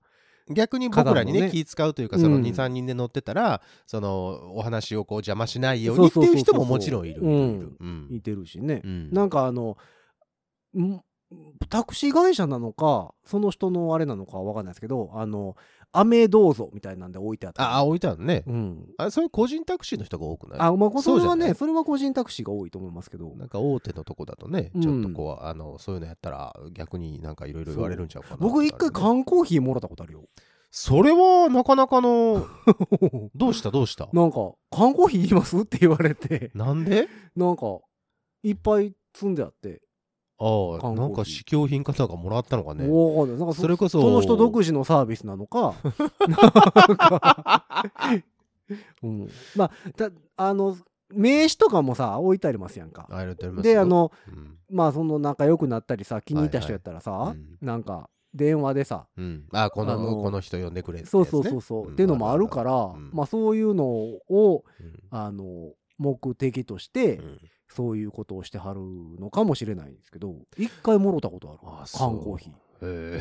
Speaker 3: 逆に僕らにね、
Speaker 2: 方もね
Speaker 3: 気使うというか、その
Speaker 2: うん
Speaker 3: 2、3人で乗ってたら、その、お話をこう邪魔しないよう
Speaker 2: そ
Speaker 3: に
Speaker 2: う
Speaker 3: っ
Speaker 2: そ
Speaker 3: て
Speaker 2: うそうそ
Speaker 3: い
Speaker 2: う
Speaker 3: う人ももちろんいる。い
Speaker 2: うん
Speaker 3: るいるうん
Speaker 2: いてるしね
Speaker 3: う、ん
Speaker 2: なんかあのんタクシー会社なのか、その人のあれなのかわかんないですけど、あの、雨どうぞみたいなんで置いてあった。
Speaker 3: ああ、置いてあるね。
Speaker 2: うん。
Speaker 3: あそういう個人タクシーの人が多くない
Speaker 2: あ、まあ、それは
Speaker 3: そうじゃな
Speaker 2: ね、
Speaker 3: い
Speaker 2: それは個人タクシーが多いと思いますけど、
Speaker 3: なんか大手のとこだとね、
Speaker 2: うん
Speaker 3: ちょっとこう、あの、そういうのやったら逆になんかいろいろ言われるんちゃうかなとかね、
Speaker 2: 僕一回缶コーヒーもらったことあるよ。
Speaker 3: それはなかなかの、どうしたどうした
Speaker 2: なんか、缶コーヒーいりますって言われて、
Speaker 3: なんで
Speaker 2: なんか、いっぱい積んであって、
Speaker 3: ああ、
Speaker 2: 缶コーヒー
Speaker 3: なんか試供品かなんかもらったのかね。
Speaker 2: わかんないなんか
Speaker 3: それこそ
Speaker 2: その人独自のサービスなの かなんかうん、まあたあの名刺とかもさ置いてありますやんか
Speaker 3: あれてますよ
Speaker 2: であ、の
Speaker 3: うん
Speaker 2: まあその仲良くなったりさ気に入った
Speaker 3: はいはい
Speaker 2: 人やったらさ、
Speaker 3: うん
Speaker 2: なんか電話でさ
Speaker 3: うん、あこの
Speaker 2: あの
Speaker 3: この人呼んでくれってやつ
Speaker 2: そ
Speaker 3: ね、
Speaker 2: うそうそうそう、
Speaker 3: ん
Speaker 2: っていうのもあるから、
Speaker 3: うん
Speaker 2: まあそういうのを
Speaker 3: うん
Speaker 2: あの目的として、
Speaker 3: うん
Speaker 2: そういうことをしてはるのかもしれないんですけど一回もろたことある
Speaker 3: あそう
Speaker 2: 缶コーヒー
Speaker 3: へ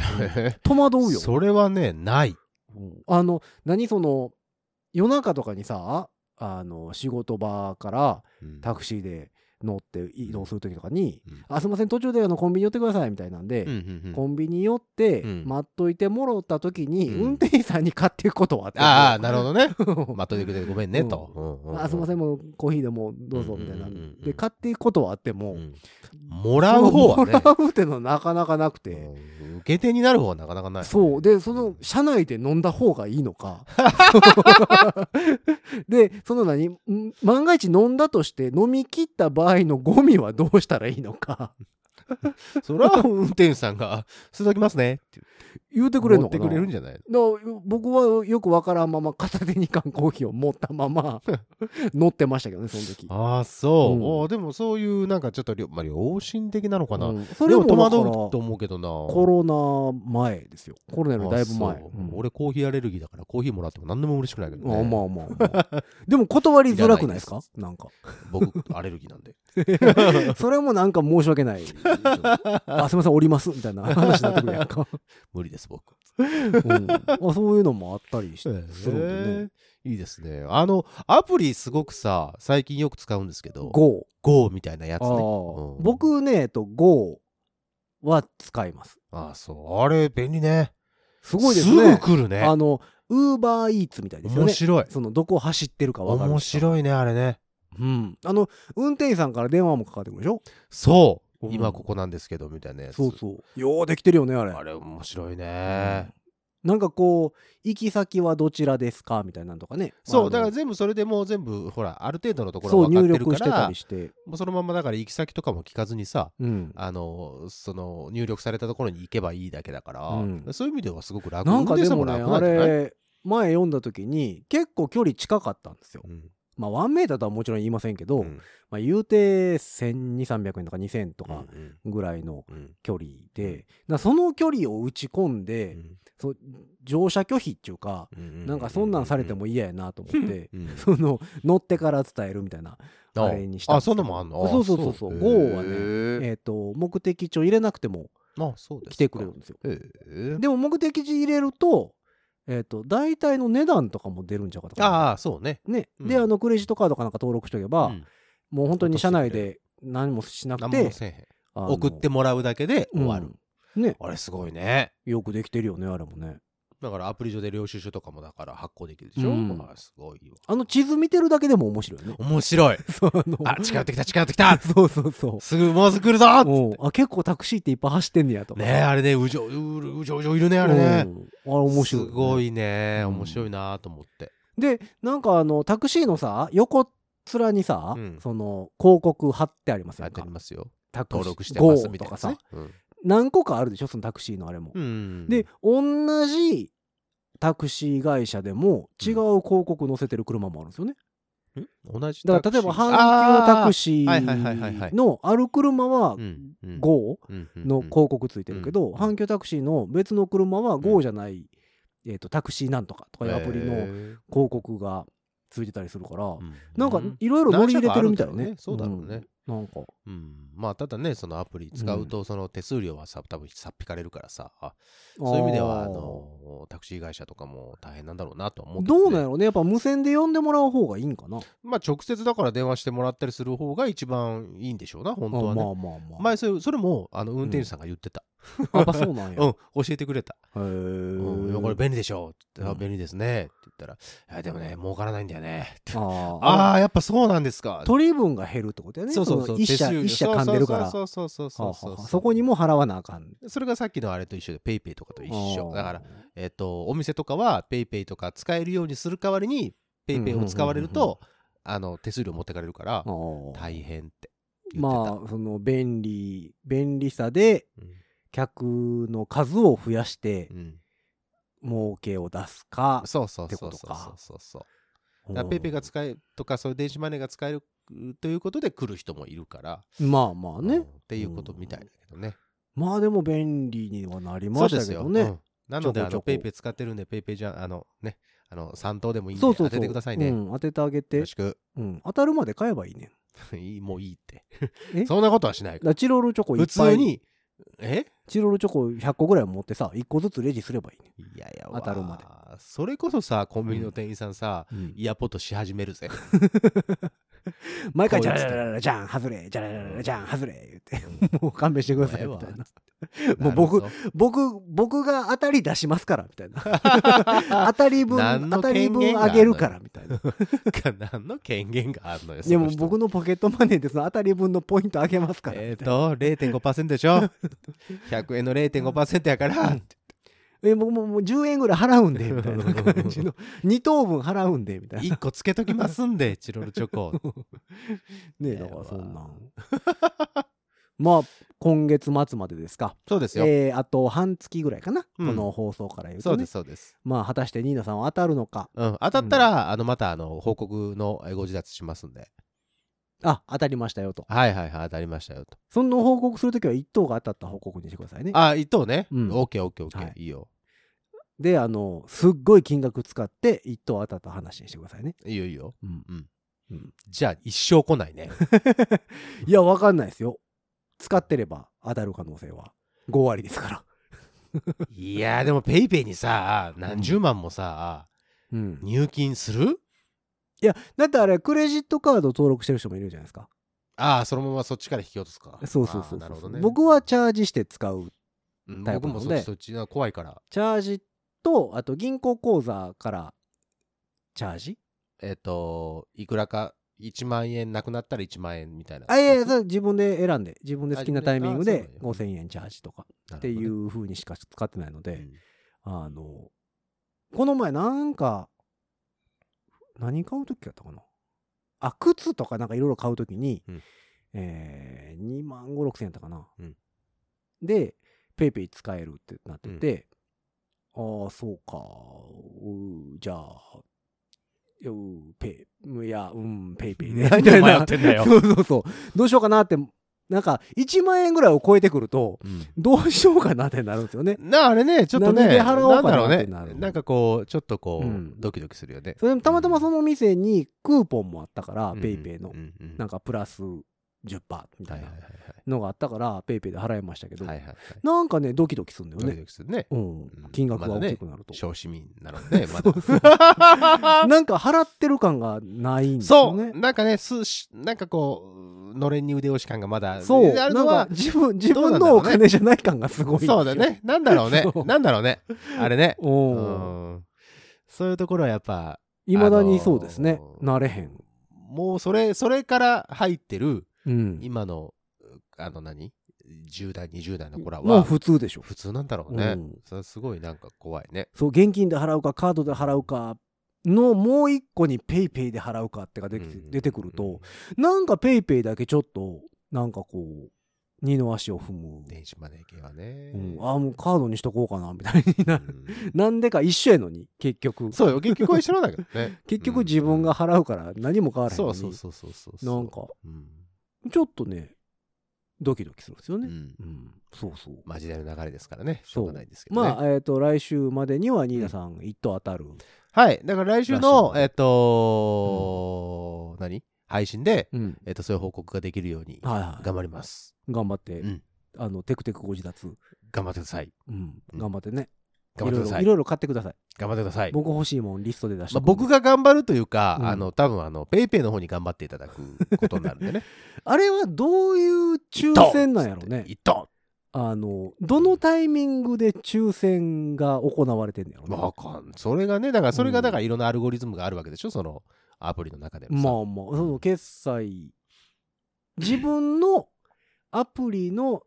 Speaker 3: え
Speaker 2: 戸惑うよ
Speaker 3: それはねない、
Speaker 2: うんあの何その夜中とかにさあの仕事場から
Speaker 3: うん
Speaker 2: タクシーで乗って移動する時とかに
Speaker 3: うん
Speaker 2: 「あすいません途中であのコンビニ寄ってください」みたいなんで、
Speaker 3: うんうんうん
Speaker 2: コンビニ寄って
Speaker 3: うん
Speaker 2: 待っといてもろった時に、
Speaker 3: うん
Speaker 2: 運転手さんに買っていくことはあって
Speaker 3: ああ なるほどね
Speaker 2: ど
Speaker 3: 待っといてくれてごめんねと、うんうんうん
Speaker 2: あすいませんもうコーヒーでもどうぞみたいな
Speaker 3: うんうんうんうん
Speaker 2: で買っていくことはあっても、
Speaker 3: うんもらう方は
Speaker 2: その
Speaker 3: ね
Speaker 2: もらうってのはなかなかなくて、
Speaker 3: うん受け手になる方はなかなかない
Speaker 2: そうでその車内で飲んだ方がいいの かでその何ん万が一飲んだとして飲み切った場合のゴミはどうしたらいいのか
Speaker 3: それは運転手さんが 「すどきますね」って
Speaker 2: 言うて
Speaker 3: 言
Speaker 2: くれるの
Speaker 3: って
Speaker 2: か
Speaker 3: く
Speaker 2: な
Speaker 3: れるんじゃない
Speaker 2: だから僕はよくわからんまま片手に缶コーヒーを持ったまま 乗ってましたけどねその時。
Speaker 3: ああそう、
Speaker 2: うん
Speaker 3: おーでもそういうなんかちょっとりょ、まあ、良心的なのかな、
Speaker 2: うんそ
Speaker 3: で
Speaker 2: れ
Speaker 3: も
Speaker 2: も
Speaker 3: 戸
Speaker 2: だか
Speaker 3: 惑
Speaker 2: ら
Speaker 3: うと思うけどな
Speaker 2: コロナ前ですよコロナよりだいぶ
Speaker 3: あ
Speaker 2: 前
Speaker 3: そう。
Speaker 2: うん
Speaker 3: 俺コーヒーアレルギーだからコーヒーもらっても何でも嬉しくないけど、ね、
Speaker 2: あまあまあまあでも断りづらくないですかなんか
Speaker 3: 僕アレルギーなんで
Speaker 2: それもなんか申し訳ない。あ、すみません、おります、みたいな話になってくるやんか。
Speaker 3: 無理です僕
Speaker 2: うんあ そういうのもあったりしするんでね。
Speaker 3: いいですねあのアプリすごくさ最近よく使うんですけど
Speaker 2: GO。
Speaker 3: GO みたいなやつ
Speaker 2: ああ
Speaker 3: ねうん
Speaker 2: 僕ね、えっと、GO は使います。
Speaker 3: ああそうあれ便利ね
Speaker 2: すごいですね。
Speaker 3: ぐ来るね
Speaker 2: あの、ウーバーイーツみたいですよ
Speaker 3: 面
Speaker 2: ね。
Speaker 3: 白い
Speaker 2: その、どこを走ってるかわかる。
Speaker 3: 面
Speaker 2: い。
Speaker 3: 白いねあれね
Speaker 2: うん。あの、運転手さんから電話もかかってくるでしょ
Speaker 3: そう
Speaker 2: うん
Speaker 3: 今ここなんですけどみたいなやつ
Speaker 2: そうそう。ようできてるよね、あれ。
Speaker 3: あれ面白いね
Speaker 2: なんかこう、行き先はどちらですかみたいなのとかね。
Speaker 3: そ
Speaker 2: あの
Speaker 3: うだから全部それでもう全部ほらある程度のところ
Speaker 2: そ
Speaker 3: は
Speaker 2: う、
Speaker 3: 分
Speaker 2: 入
Speaker 3: かってる
Speaker 2: 力
Speaker 3: か
Speaker 2: してた
Speaker 3: ら
Speaker 2: りして。
Speaker 3: もうそのままだから行き先とかも聞かずにさ
Speaker 2: うん。
Speaker 3: あのその入力されたところに行けばいいだけだから、
Speaker 2: うん
Speaker 3: そういう意味ではすごく楽
Speaker 2: なんか
Speaker 3: 運転
Speaker 2: で
Speaker 3: 手さ
Speaker 2: もね
Speaker 3: 楽
Speaker 2: あ
Speaker 3: なんじゃない
Speaker 2: れ前読んだ時に結構距離近かったんですよ
Speaker 3: うん
Speaker 2: まあ1メーターとはもちろん言いませんけど、
Speaker 3: うん
Speaker 2: まあ、言うて1200300円とか2000とか
Speaker 3: うん
Speaker 2: ぐらいの
Speaker 3: うん
Speaker 2: 距離で、なその距離を打ち込んで、そう乗車拒否っていうか、
Speaker 3: うん
Speaker 2: なんかそんなんされても嫌やなと思って、
Speaker 3: うんうん
Speaker 2: その乗ってから伝えるみたいな
Speaker 3: あ
Speaker 2: あれにしたん
Speaker 3: あ
Speaker 2: ですけ
Speaker 3: そ
Speaker 2: ど
Speaker 3: んなもんあんの
Speaker 2: そうそうそうそう Go はねえー、と目的地を入れなくても
Speaker 3: ー、あそうですか
Speaker 2: 来てくれるんですよ
Speaker 3: へー
Speaker 2: でも目的地入れると,、えー、と大体の値段とかも出るんちゃうかとかな
Speaker 3: ああそうね
Speaker 2: ね、
Speaker 3: うん
Speaker 2: であのクレジットカードかなんか登録しておけば、
Speaker 3: うん
Speaker 2: もう本当に社内で何もしなく
Speaker 3: 何
Speaker 2: て
Speaker 3: もせえへん
Speaker 2: あの
Speaker 3: 送ってもらうだけで終わる、
Speaker 2: うんね
Speaker 3: あれすごいね
Speaker 2: よくできてるよねあれもね
Speaker 3: だからアプリ上で領収書とかもだから発行できるでしょ、
Speaker 2: うん
Speaker 3: あすごいわ
Speaker 2: あの地図見てるだけでも面白い よね
Speaker 3: 面白い
Speaker 2: そうあの
Speaker 3: あ近寄ってきた近寄ってきた
Speaker 2: そうそうそう
Speaker 3: すぐもうすぐ来るぞっつって
Speaker 2: うんあ結構タクシーっていっぱい走ってんねやとか
Speaker 3: ねえあれねうじょうるうじょうじょいるねあれ
Speaker 2: う
Speaker 3: ね
Speaker 2: んあれ面白いよ
Speaker 3: す
Speaker 2: ね、
Speaker 3: ごいね
Speaker 2: うん
Speaker 3: 面白いなと思って
Speaker 2: でなんかあのタクシーのさ横面にさ、
Speaker 3: うん
Speaker 2: その広告貼ってあります
Speaker 3: や
Speaker 2: よ
Speaker 3: ってあり
Speaker 2: ね
Speaker 3: ますよ
Speaker 2: タクシー
Speaker 3: 登録してますみたい
Speaker 2: とか
Speaker 3: な
Speaker 2: さ
Speaker 3: ねうん
Speaker 2: 何個かあるでしょそのタクシーのあれも、
Speaker 3: うん
Speaker 2: で同じタクシー会社でも違う広告載せてる車もあるんですよね、
Speaker 3: ん同じ
Speaker 2: だから例えば阪急タク
Speaker 3: シ
Speaker 2: シ
Speaker 3: あーはいはいはいはいはい
Speaker 2: ーのある車は GO の
Speaker 3: の
Speaker 2: 広告ついてるけど、
Speaker 3: うん
Speaker 2: 阪急タクシーの別の車は
Speaker 3: う
Speaker 2: GO
Speaker 3: ん
Speaker 2: じゃない、えー、とタクシーなんとかとかいうアプリの広告がついてたりするから、なんかいろいろ乗り入れてるみたいね
Speaker 3: そうだろうね
Speaker 2: なんか。
Speaker 3: うん、まあただねそのアプリ使うとその手数料はさ、多分さっぴかれるからさそういう意味ではあのタクシー会社とかも大変なんだろうなとは
Speaker 2: あ
Speaker 3: 思
Speaker 2: ー
Speaker 3: うけ
Speaker 2: どうなんや
Speaker 3: ね
Speaker 2: ろねやっぱ無線で呼んでもらう方がいいんかな
Speaker 3: まあ直接だから電話してもらったりする方が一番いいんでしょうな本当は
Speaker 2: あま
Speaker 3: ね
Speaker 2: あまあまあ。
Speaker 3: 前それそれもあの運転手さんが言ってた、
Speaker 2: あやっぱそうなんや。
Speaker 3: うん、教えてくれた
Speaker 2: へ
Speaker 3: 「
Speaker 2: ー
Speaker 3: うん、いやこれ便利でしょ」って言ったら
Speaker 2: うん
Speaker 3: 便利ですね」って言ったら「いやでもね儲からないんだよね」って
Speaker 2: あ
Speaker 3: あ
Speaker 2: あ。
Speaker 3: あやっぱそうなんですか
Speaker 2: 取り分が減るってことやね。
Speaker 3: そうそうそう
Speaker 2: の一社、
Speaker 3: 手数料
Speaker 2: 一社噛んでるから。
Speaker 3: そうそうそうそ
Speaker 2: は
Speaker 3: う
Speaker 2: あ
Speaker 3: そう
Speaker 2: は
Speaker 3: う
Speaker 2: あはあそこにも払わなあかん。
Speaker 3: それがさっきのあれと一緒でペイペイとかと一緒
Speaker 2: あー
Speaker 3: だから、えっとお店とかはペイペイとか使えるようにする代わりにペイペイを使われ
Speaker 2: う
Speaker 3: る
Speaker 2: んうんうん
Speaker 3: とあの手数料持ってかれるから
Speaker 2: あー
Speaker 3: 大変って言ってた、
Speaker 2: まあ、その便利、便利さで
Speaker 3: うん
Speaker 2: 客の数を増やして
Speaker 3: うん
Speaker 2: 儲けを出すか。
Speaker 3: そうそうそうそう
Speaker 2: ってこと
Speaker 3: そう
Speaker 2: か
Speaker 3: そうそうだからペイペイが使えとかそういう電子マネーが使えるということで来る人もいるから、
Speaker 2: まあまあ
Speaker 3: うんっ
Speaker 2: ね。
Speaker 3: ていうことみたいだけどね、
Speaker 2: まあでも便利にはなり
Speaker 3: そ
Speaker 2: ま
Speaker 3: う
Speaker 2: し
Speaker 3: で
Speaker 2: た
Speaker 3: す
Speaker 2: け
Speaker 3: よ、
Speaker 2: ど
Speaker 3: う
Speaker 2: ね
Speaker 3: ん。なのであ
Speaker 2: ちょこ
Speaker 3: の
Speaker 2: ち
Speaker 3: ペ
Speaker 2: ょこ
Speaker 3: イペイ使ってるんでペイペイじゃあのねあの3等でもいいんで
Speaker 2: そうそうそう
Speaker 3: 当ててくださいね
Speaker 2: うん、当ててあげ
Speaker 3: よ
Speaker 2: て
Speaker 3: ろし。く
Speaker 2: うん、当たるまで買えばいいねん。
Speaker 3: いいもういいって
Speaker 2: え
Speaker 3: そんなことはしない
Speaker 2: だからチロルチョコいっ
Speaker 3: 普
Speaker 2: ぱ
Speaker 3: 通
Speaker 2: い
Speaker 3: にえ
Speaker 2: チロルチョコ100個ぐらい持ってさ、1個ずつレジすればいいね。
Speaker 3: いやいや
Speaker 2: 当たるまで
Speaker 3: わあそれこそさコンビニの店員さんさ、
Speaker 2: うん
Speaker 3: イヤポットし始める ぜ
Speaker 2: 毎回、
Speaker 3: こ
Speaker 2: じ
Speaker 3: う
Speaker 2: ゃ
Speaker 3: いう
Speaker 2: ら
Speaker 3: やつ
Speaker 2: じ
Speaker 3: だ
Speaker 2: ゃらじゃらじゃん、外れ、じゃらじゃらじゃん、外れ、言って、もう勘弁してください、みたいな。もう僕
Speaker 3: なるぞ
Speaker 2: 僕、僕が当たり出しますから、みたい な。当たり分、
Speaker 3: 何の
Speaker 2: 当たり
Speaker 3: 権
Speaker 2: 分
Speaker 3: 限があ
Speaker 2: あ
Speaker 3: んの
Speaker 2: げるから、み たいな。
Speaker 3: 何の権限があるのよ
Speaker 2: でも
Speaker 3: その人
Speaker 2: 僕のポケットマネーでその当たり分のポイントあげますから。
Speaker 3: えっ、ー、と0.5%でしょ100円の0.5%やから
Speaker 2: え、僕ももう10円ぐらい払うんで、みたいな感じ の。2等分払うんで、みたい
Speaker 3: 1個つけときます んでチロルチョコ
Speaker 2: な。ね
Speaker 3: え
Speaker 2: だ
Speaker 3: ー
Speaker 2: からそんなん。まあ、今月末までですか。
Speaker 3: そうですよ、
Speaker 2: えー、あと半月ぐらいかな、
Speaker 3: うん
Speaker 2: この放送から言う
Speaker 3: そ
Speaker 2: と、
Speaker 3: うで
Speaker 2: ね
Speaker 3: す、そうです
Speaker 2: まあ果たしてニーナさんは当たるのか
Speaker 3: うん、当たったら、あのまたあの報告のえご自立しますんで
Speaker 2: あ当たりましたよと
Speaker 3: はいはいはい当たりましたよと
Speaker 2: その報告するときは1等が当たった報告にしてください ね
Speaker 3: あ一等ね、
Speaker 2: うん
Speaker 3: オッケーオッケーオッケー、、
Speaker 2: はい
Speaker 3: いよ
Speaker 2: であのすっごい金額使って1等当たった話にしてくださいね、
Speaker 3: いいよいいよ
Speaker 2: うん
Speaker 3: うん
Speaker 2: うん
Speaker 3: じゃあ一生来ないね
Speaker 2: いやわかんないですよ使ってれば当たる可能性は5割ですから
Speaker 3: いやーでもペイペイにさ何十万もさ、
Speaker 2: うん
Speaker 3: 入金する
Speaker 2: いやだってあれクレジットカード登録してる人もいるじゃないですか
Speaker 3: ああそのままそっちから引き落とすか
Speaker 2: そうそうそう
Speaker 3: あーな
Speaker 2: そ
Speaker 3: る
Speaker 2: う
Speaker 3: ほどね
Speaker 2: 僕はチャージして使う
Speaker 3: うん
Speaker 2: タイプ
Speaker 3: 僕
Speaker 2: なの
Speaker 3: も
Speaker 2: で
Speaker 3: そっちそっちが怖いから
Speaker 2: チャージとあと銀行口座からチャージ
Speaker 3: えっ、といくらか1万円なくなったら1万円みたいな
Speaker 2: あいやいや
Speaker 3: なる
Speaker 2: それ自分で選んで自分で好きなタイミング
Speaker 3: あ自
Speaker 2: で
Speaker 3: 分であそう
Speaker 2: 5000円チャージとか
Speaker 3: ほどね
Speaker 2: っていう風にしか使ってないの
Speaker 3: う
Speaker 2: で、
Speaker 3: ん
Speaker 2: あのこの前なんか何買う時やったかなあ靴とかなんかいろいろ買う時に、
Speaker 3: うん
Speaker 2: えー、2万5 6千円やったかな、
Speaker 3: うん
Speaker 2: でペイペイ使えるってなってて、ああそうかうーじゃあうーペイいやうんペイペイで
Speaker 3: 何を迷ってんだよ
Speaker 2: そうそうそうどうしようかなってなんか1万円ぐらいを超えてくると
Speaker 3: うん
Speaker 2: どうしようかなってなるんですよね
Speaker 3: なあれねちょっと
Speaker 2: 何
Speaker 3: ね
Speaker 2: で払おうかな
Speaker 3: なんだろう
Speaker 2: っ
Speaker 3: ね
Speaker 2: てなる
Speaker 3: なんかこうちょっとこう、
Speaker 2: うん
Speaker 3: ドキドキするよね
Speaker 2: それでもたまたまその店にクーポンもあったから、
Speaker 3: うん
Speaker 2: ペイペイの、
Speaker 3: うんうん
Speaker 2: なんかプラス10%みた
Speaker 3: はい
Speaker 2: い
Speaker 3: は
Speaker 2: ない
Speaker 3: はい
Speaker 2: のがあったから、ペイペイで払いましたけど、
Speaker 3: はいはいはいはい
Speaker 2: なんかねドキドキするんだよ
Speaker 3: ドキ
Speaker 2: ね
Speaker 3: ドキするね
Speaker 2: うん、金額が大きくなると、
Speaker 3: 小市民なの ねまだ
Speaker 2: なんか払ってる感がないんです
Speaker 3: そ
Speaker 2: よ
Speaker 3: う
Speaker 2: ね
Speaker 3: なんかねすしなんかこうのれんに腕押し感がまだ
Speaker 2: そう
Speaker 3: ある
Speaker 2: な
Speaker 3: の
Speaker 2: んか
Speaker 3: は
Speaker 2: 自分自
Speaker 3: どう
Speaker 2: 分
Speaker 3: なんだ
Speaker 2: の
Speaker 3: ろうね
Speaker 2: お金じゃない感がすごいんですよ
Speaker 3: そうだねなんだろうね
Speaker 2: そう
Speaker 3: なんだろうねあれねう
Speaker 2: お
Speaker 3: んそういうところはやっぱ
Speaker 2: いまだにそうですね、
Speaker 3: あの
Speaker 2: 慣れへん、
Speaker 3: もうそれそれから入ってる
Speaker 2: うん、
Speaker 3: 今のあの何10代20代の子ら
Speaker 2: もう
Speaker 3: は
Speaker 2: 普通でしょ
Speaker 3: 普通なんだろうね
Speaker 2: うん
Speaker 3: それすごいなんか怖いね
Speaker 2: そう現金で払うかカードで払うかのもう一個にペイペイで払うかってができて
Speaker 3: うん
Speaker 2: 出てくるとなんかペイペイだけちょっとなんかこう二の足を踏む、
Speaker 3: 電子マネー系はね
Speaker 2: うん、ああもうカードにしとこうかなみたいになる
Speaker 3: うん
Speaker 2: なんでか一緒やのに結局。
Speaker 3: そうよ、結局は一緒なんだけどね
Speaker 2: 結局自分が払うから何も変わ
Speaker 3: うん、
Speaker 2: らへんの
Speaker 3: そ
Speaker 2: に
Speaker 3: うそうそうそうそう。
Speaker 2: なんか
Speaker 3: うん、
Speaker 2: ちょっとねドキドキするんですよ
Speaker 3: う
Speaker 2: ね、
Speaker 3: ん
Speaker 2: うんそうそう
Speaker 3: まあ時代の流れですからね、し
Speaker 2: そ
Speaker 3: ょ
Speaker 2: うう
Speaker 3: がないですけど、ね。
Speaker 2: まあえっ、と来週までには新田さん一等当たる、
Speaker 3: はい、だから来週の、
Speaker 2: らしい
Speaker 3: えっ、とー何配信で、
Speaker 2: うん。
Speaker 3: えっとそういう報告ができるように
Speaker 2: はいはい。
Speaker 3: 頑張ります。
Speaker 2: 頑張って、
Speaker 3: うん
Speaker 2: あの、テクテクご自立。
Speaker 3: 頑張ってください。
Speaker 2: うん。
Speaker 3: うん
Speaker 2: 頑張ってね。
Speaker 3: 頑張ってくださ
Speaker 2: い
Speaker 3: い。
Speaker 2: ろいろいろいろ買ってください。
Speaker 3: 頑張ってください。
Speaker 2: 僕欲しいもんリストで出して、
Speaker 3: まあ、僕。が頑張るというか、
Speaker 2: うん
Speaker 3: あの多分あのペイペイの方に頑張っていただくことになるんでね。
Speaker 2: あれはどういう 抽選なんやろうね。
Speaker 3: 一ト
Speaker 2: あの、どのタイミングで抽選が行われてんのやろう
Speaker 3: ン
Speaker 2: ね。
Speaker 3: わかんそれがねだからそれ
Speaker 2: う
Speaker 3: が
Speaker 2: ん
Speaker 3: だからいろんなアルゴリズムがあるわけでしょそのアプリの中でもさ
Speaker 2: まあまあ、その決済、自分のアプリの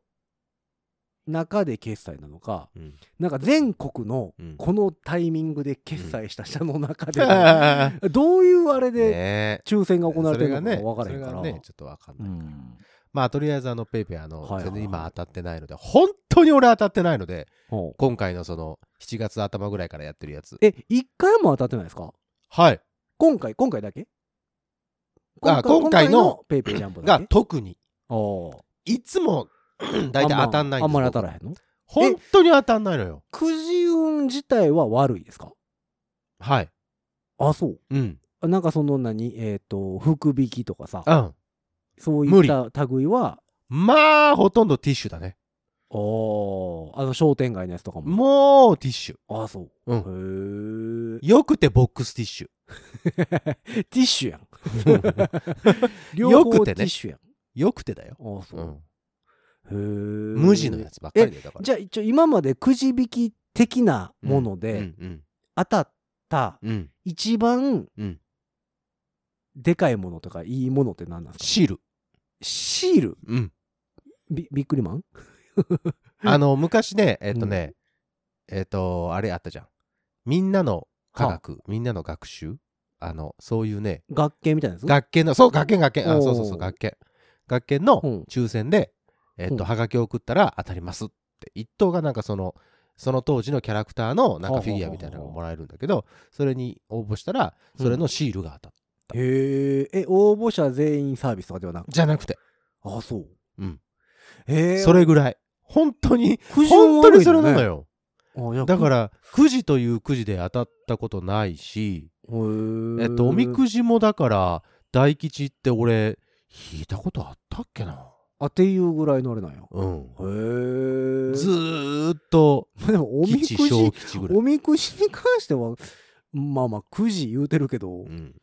Speaker 2: 中で決済なのか、
Speaker 3: うん
Speaker 2: なんか全国の
Speaker 3: うん
Speaker 2: このタイミングで決済した社の中で、
Speaker 3: ね
Speaker 2: どういうあれ で
Speaker 3: え
Speaker 2: 抽選が行われ
Speaker 3: そ
Speaker 2: てる
Speaker 3: れが
Speaker 2: のか
Speaker 3: ね
Speaker 2: 分からへ
Speaker 3: そ
Speaker 2: ん
Speaker 3: れ
Speaker 2: か
Speaker 3: が
Speaker 2: ら。
Speaker 3: ねちょっとわかん
Speaker 2: う
Speaker 3: ない、
Speaker 2: ん
Speaker 3: まあとりあえずあのペイペイあの、
Speaker 2: はいはいはい
Speaker 3: 全然今当たってないので本当に俺当たってないので
Speaker 2: ほう
Speaker 3: 今回のその7月頭ぐらいからやってるやつ
Speaker 2: え、一回も当たってないですか
Speaker 3: はい
Speaker 2: 今回、今回だけ
Speaker 3: あ今回の
Speaker 2: ペイペイジャンプだ
Speaker 3: が
Speaker 2: け
Speaker 3: 特に
Speaker 2: おー
Speaker 3: いつも 大体当たんない
Speaker 2: あんまり当た
Speaker 3: ない
Speaker 2: らへんの
Speaker 3: 本当に当たんないのよ
Speaker 2: くじ運自体は悪いですか
Speaker 3: はい
Speaker 2: あ、そう。
Speaker 3: うん
Speaker 2: なんかその何、えっ、と、福引きとかさ、
Speaker 3: うん
Speaker 2: そういった類は、
Speaker 3: まあ、ほとんどティッシュだね。
Speaker 2: おーあの商店街のやつとかも。
Speaker 3: もうティッシュ。
Speaker 2: あ、そう。
Speaker 3: う
Speaker 2: へ
Speaker 3: ん。
Speaker 2: ー
Speaker 3: よくてボックスティッシ ュ。
Speaker 2: ティッシュやん。両
Speaker 3: よ
Speaker 2: 方
Speaker 3: く
Speaker 2: ティッ
Speaker 3: てね。
Speaker 2: シュやん。
Speaker 3: よくてだよ。
Speaker 2: あ、そうう。
Speaker 3: ん。
Speaker 2: へー
Speaker 3: 無地のやつばっかりで、だから。
Speaker 2: じゃあ一応今までくじ引き的なもの
Speaker 3: うん
Speaker 2: で
Speaker 3: うん
Speaker 2: 当たった
Speaker 3: うん。うん。
Speaker 2: 一番
Speaker 3: うん
Speaker 2: でかいものとかいいものって何なんですか
Speaker 3: シール。
Speaker 2: シール
Speaker 3: うん。
Speaker 2: びびっくりマン
Speaker 3: あの、昔ね、えっとね、えっと、あれあったじゃん。みんなの科学、みんなの学習。あの、そういうね、
Speaker 2: 学系みたいなやつ
Speaker 3: 学研の、そう、学研、学研。
Speaker 2: お
Speaker 3: あ、
Speaker 2: ー
Speaker 3: そうそうそう、学研。学研の
Speaker 2: うん
Speaker 3: 抽選で、えっ
Speaker 2: うん
Speaker 3: と、はがきを送ったら当たりますって。一等がなんかその、その当時のキャラクターのなんかフィギュアみたいなのがもらえるんだけど、それに応募したら、それのシールが当たった。
Speaker 2: へーえ応募者全員サービスとかではなく
Speaker 3: じゃなくて、
Speaker 2: あそう
Speaker 3: うん
Speaker 2: へえ
Speaker 3: それぐらい。本当に、
Speaker 2: 不
Speaker 3: 本当にそれなのよ。
Speaker 2: よ
Speaker 3: だからら、くじというくじで当たったことないし、え
Speaker 2: え
Speaker 3: っと、おみくじもだから、大吉って俺、引いたことあったっけな。
Speaker 2: あっていうぐらいのあれなんやへ
Speaker 3: うん。
Speaker 2: え
Speaker 3: ずーっと、
Speaker 2: でもおみく
Speaker 3: 吉、
Speaker 2: じ
Speaker 3: 小吉ぐらい
Speaker 2: お。みくじに関してはまあまあくじ言うてるけど、
Speaker 3: うん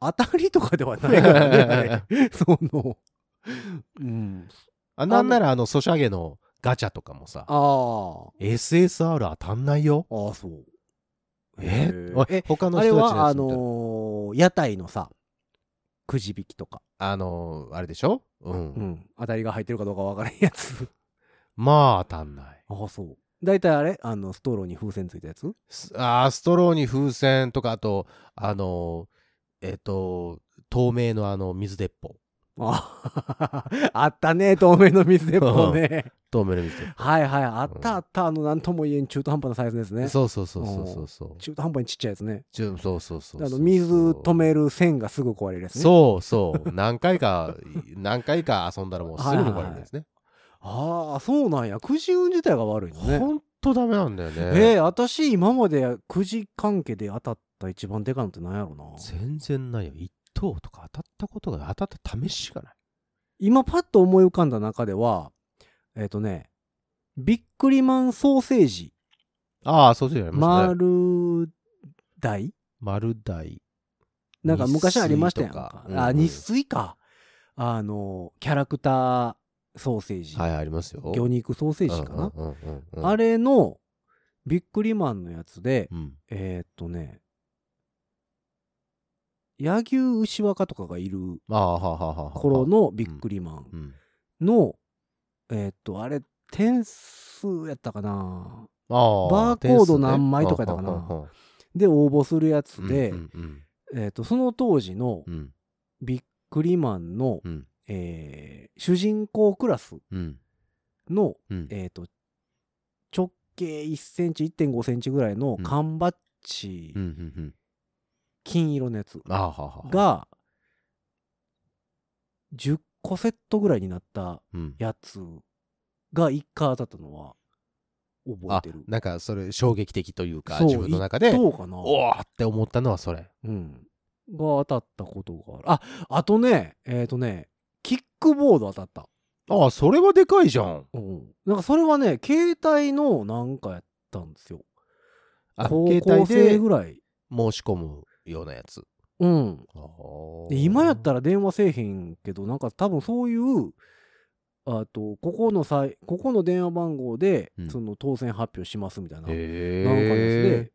Speaker 2: 当たりとかではないからね あれその、うん、
Speaker 3: あなんならあのソシャゲのガチャとかもさ
Speaker 2: あー
Speaker 3: SSR 当たんないよ
Speaker 2: あーそう
Speaker 3: え
Speaker 2: へー
Speaker 3: おい
Speaker 2: え
Speaker 3: 他の
Speaker 2: あれ
Speaker 3: 人たちの
Speaker 2: は
Speaker 3: や
Speaker 2: あ
Speaker 3: つ見た
Speaker 2: の
Speaker 3: ら
Speaker 2: ー屋台のさくじ引きとか、
Speaker 3: あのーあれでしょうん、
Speaker 2: うん、当たりが入ってるかどうかわからんやつ
Speaker 3: ま あ当たんない
Speaker 2: ああそう大体あれあのストローに風船ついたやつ
Speaker 3: すあーストローに風船とかあとあのーえっ、と透明のあの水鉄砲
Speaker 2: あ あったね透明の水鉄砲ね
Speaker 3: 透明の水鉄
Speaker 2: はいはいあっ
Speaker 3: うん
Speaker 2: たあったあのなんとも言えん中途半端なサイズです
Speaker 3: 砲
Speaker 2: ね
Speaker 3: そうそうそうそうそうそう
Speaker 2: 中途半端にちっちゃいやつね
Speaker 3: ちゅそうそうそうそう
Speaker 2: あの水止める線がすぐ壊れるやつね
Speaker 3: そうそう何回か何回か遊んだらもうすぐ壊れるんですね
Speaker 2: ああそうなんやくじ運自体が悪いのね
Speaker 3: ほんとダメなんだよね
Speaker 2: えー、私今までくじ関係で当たった一番でかいのってなんやろな
Speaker 3: 全然ないよ一等とか当たったことが当たった試しがない
Speaker 2: 今パッと思い浮かんだ中ではえっ、とねビックリマンソーセージ
Speaker 3: ああそうじゃありましたね
Speaker 2: 丸大
Speaker 3: 丸大
Speaker 2: なんか昔ありましたやん
Speaker 3: 日水
Speaker 2: か
Speaker 3: とか
Speaker 2: あ
Speaker 3: う
Speaker 2: 日水か
Speaker 3: んうん
Speaker 2: あのキャラクターソーセージ、
Speaker 3: はいありますよ
Speaker 2: 魚肉ソーセージかな、
Speaker 3: うんうんうんうん
Speaker 2: あれのビックリマンのやつで、
Speaker 3: うん
Speaker 2: えーっとね、柳生牛若とかがいる
Speaker 3: ああはあはあはあはあ
Speaker 2: 頃のビックリマ
Speaker 3: う
Speaker 2: ン
Speaker 3: ん
Speaker 2: の、えーっと、あれ、点数やったかな
Speaker 3: ああ
Speaker 2: バーコード何枚とかやったかな
Speaker 3: 点数ね
Speaker 2: で、応募するやつ
Speaker 3: うんうんうん
Speaker 2: で、
Speaker 3: うんうん
Speaker 2: えーっと、その当時の
Speaker 3: うん
Speaker 2: ビックリマンの、
Speaker 3: うん
Speaker 2: えー主人公クラス
Speaker 3: うん
Speaker 2: の、
Speaker 3: うん
Speaker 2: えーっと、直径1センチ、1.5センチぐらいの缶バッジ、
Speaker 3: うんうん
Speaker 2: 金色のやつ。
Speaker 3: うんああはあはあ
Speaker 2: が10個セットぐらいになった
Speaker 3: うん
Speaker 2: やつが1回当たったのは覚
Speaker 3: あ
Speaker 2: えてる。
Speaker 3: なんかそれ衝撃的というか
Speaker 2: そう
Speaker 3: 自分の中で
Speaker 2: どうかな
Speaker 3: おおって思ったのはそれ
Speaker 2: うん。当たったことがある。あ、あとね、えっ、とね、キックボード当たった。
Speaker 3: ああ、それはでかいじゃん。
Speaker 2: うん。なんかそれはね、携帯のなんかやったんですよ。
Speaker 3: あ
Speaker 2: 高
Speaker 3: 携
Speaker 2: 校
Speaker 3: 帯
Speaker 2: 生
Speaker 3: で
Speaker 2: ぐらい。
Speaker 3: 申し込むようなやつ。
Speaker 2: うん。
Speaker 3: あ
Speaker 2: で
Speaker 3: ー
Speaker 2: 今やったら電話せえへんけど、なんか多分そういう、あと、ここのさい、ここの電話番号で
Speaker 3: う、ん
Speaker 2: その当選発表しますみたいな、なんか
Speaker 3: へ
Speaker 2: です
Speaker 3: え
Speaker 2: ね、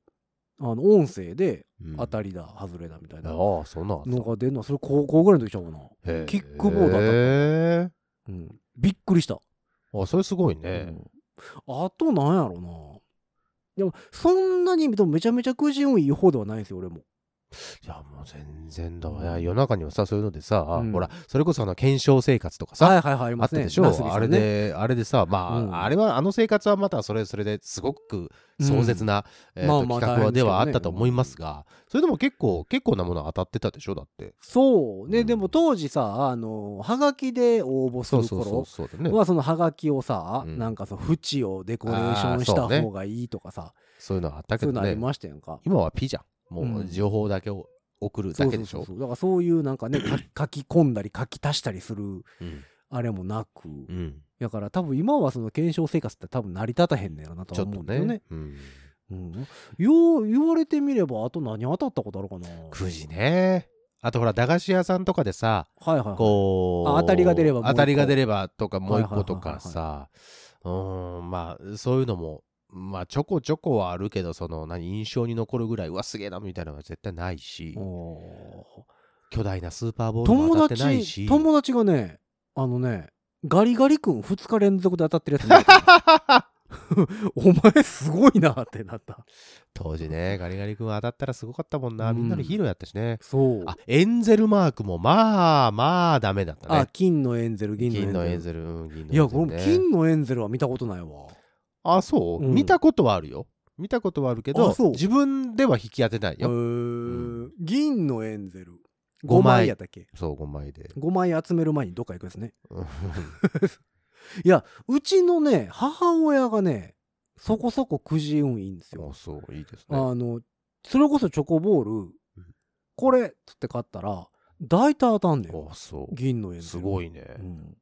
Speaker 2: あの、音声で
Speaker 3: うん
Speaker 2: 当たりだ、外れだみたいな
Speaker 3: ああ、そんなんあった
Speaker 2: のが出るのは、それ高校ぐらいの時ちゃうかな。
Speaker 3: へえ
Speaker 2: キックボード当たった
Speaker 3: へ
Speaker 2: うん。びっくりした。
Speaker 3: えあ、それすごいね。
Speaker 2: うんあとなんやろな。でも、そんなに、でもめちゃめちゃくじ運いい方ではないんですよ、俺も。
Speaker 3: いや、もう全然だわ。いや、夜中にはさ、そういうのでさ、
Speaker 2: うん
Speaker 3: ほら、それこそあの、検証生活とかさ、
Speaker 2: はいはいはい、あり
Speaker 3: あ
Speaker 2: ま
Speaker 3: っ
Speaker 2: す
Speaker 3: た
Speaker 2: ね。
Speaker 3: でしょ、
Speaker 2: ナスビさ
Speaker 3: あれ
Speaker 2: んね。
Speaker 3: で、あれでさ、まあ、
Speaker 2: うん
Speaker 3: あれは、あの生活はまたそれ、それですごく壮絶な、えーと
Speaker 2: まあまあ
Speaker 3: 企画
Speaker 2: 大変ですけど
Speaker 3: で
Speaker 2: ね
Speaker 3: はあったと思いますが、それでも結構、結構なもの当たってたでしょ、だって。
Speaker 2: そうね、
Speaker 3: うん
Speaker 2: でも当時さ、あの、はがきで応募す
Speaker 3: そう
Speaker 2: る
Speaker 3: そうそう
Speaker 2: 頃
Speaker 3: そうだね。
Speaker 2: は、そのはがきをさ、
Speaker 3: うん
Speaker 2: なんかその縁をデコレーションし
Speaker 3: あ
Speaker 2: た
Speaker 3: ーそうね
Speaker 2: 方がいいとかさ、
Speaker 3: そういうのあったけ
Speaker 2: そういう
Speaker 3: ど
Speaker 2: のあり
Speaker 3: ね。
Speaker 2: ましたやんか。
Speaker 3: 今は P じゃん。も
Speaker 2: う
Speaker 3: うん情報だけを送る
Speaker 2: そう
Speaker 3: だけ
Speaker 2: そ
Speaker 3: で
Speaker 2: う
Speaker 3: し
Speaker 2: そ
Speaker 3: ょ
Speaker 2: う。そう。だからそういうなんかね、か 書き込んだり書き足したりする
Speaker 3: うん
Speaker 2: あれもなく、
Speaker 3: うん
Speaker 2: だから多分今はその検証生活って多分成り立たへんねやろなと
Speaker 3: ち
Speaker 2: は
Speaker 3: ょっ
Speaker 2: 思うん
Speaker 3: と
Speaker 2: だよね。
Speaker 3: ね。うん
Speaker 2: うん、よう言われてみればあと何当たったことあるかな
Speaker 3: くじね。あとほら、駄菓子屋さんとかでさ、
Speaker 2: はいはいはい
Speaker 3: こう
Speaker 2: あ当たりが出ればもう一個
Speaker 3: 当たりが出ればとかもう一個とかさうーんまあそういうのもまあちょこちょこはあるけどその何印象に残るぐらいうわすげえなみたいなのは絶対ないし
Speaker 2: お
Speaker 3: 巨大なスーパーボ
Speaker 2: ー
Speaker 3: ールも当
Speaker 2: 友
Speaker 3: たってないし
Speaker 2: 達友達がねあのねガリガリ君2日連続で当たってるやつ見た お前すごいなってなった
Speaker 3: 当時ねガリガリ君は当たったらすごかったもんな、
Speaker 2: うん
Speaker 3: みんなのヒーローやったしね
Speaker 2: そう
Speaker 3: あエンゼルマークもまあまあダメだった
Speaker 2: あ
Speaker 3: ね
Speaker 2: 金のエンゼル銀のエンゼル
Speaker 3: 金のエンゼルうん銀のエンゼル、ね、
Speaker 2: いやこの金のエンゼルは見たことないわ
Speaker 3: あそう、
Speaker 2: うん
Speaker 3: 見たことはあるよ見たことはあるけど
Speaker 2: あそう
Speaker 3: 自分では引き当てない
Speaker 2: へー
Speaker 3: よ、
Speaker 2: 銀のエンゼル
Speaker 3: 五
Speaker 2: 5
Speaker 3: 枚
Speaker 2: 枚やったっけ
Speaker 3: そう5枚で
Speaker 2: 5枚集める前にどっか行くんですね
Speaker 3: うん
Speaker 2: いや、うちのね、母親がね、そこそこくじ運いいんですよ
Speaker 3: あ。そういいですね
Speaker 2: あの、それこそチョコボール、これっつって買ったら、大体当たんねん。
Speaker 3: あそう
Speaker 2: 銀の円
Speaker 3: すご
Speaker 2: い。
Speaker 3: いね、
Speaker 2: うん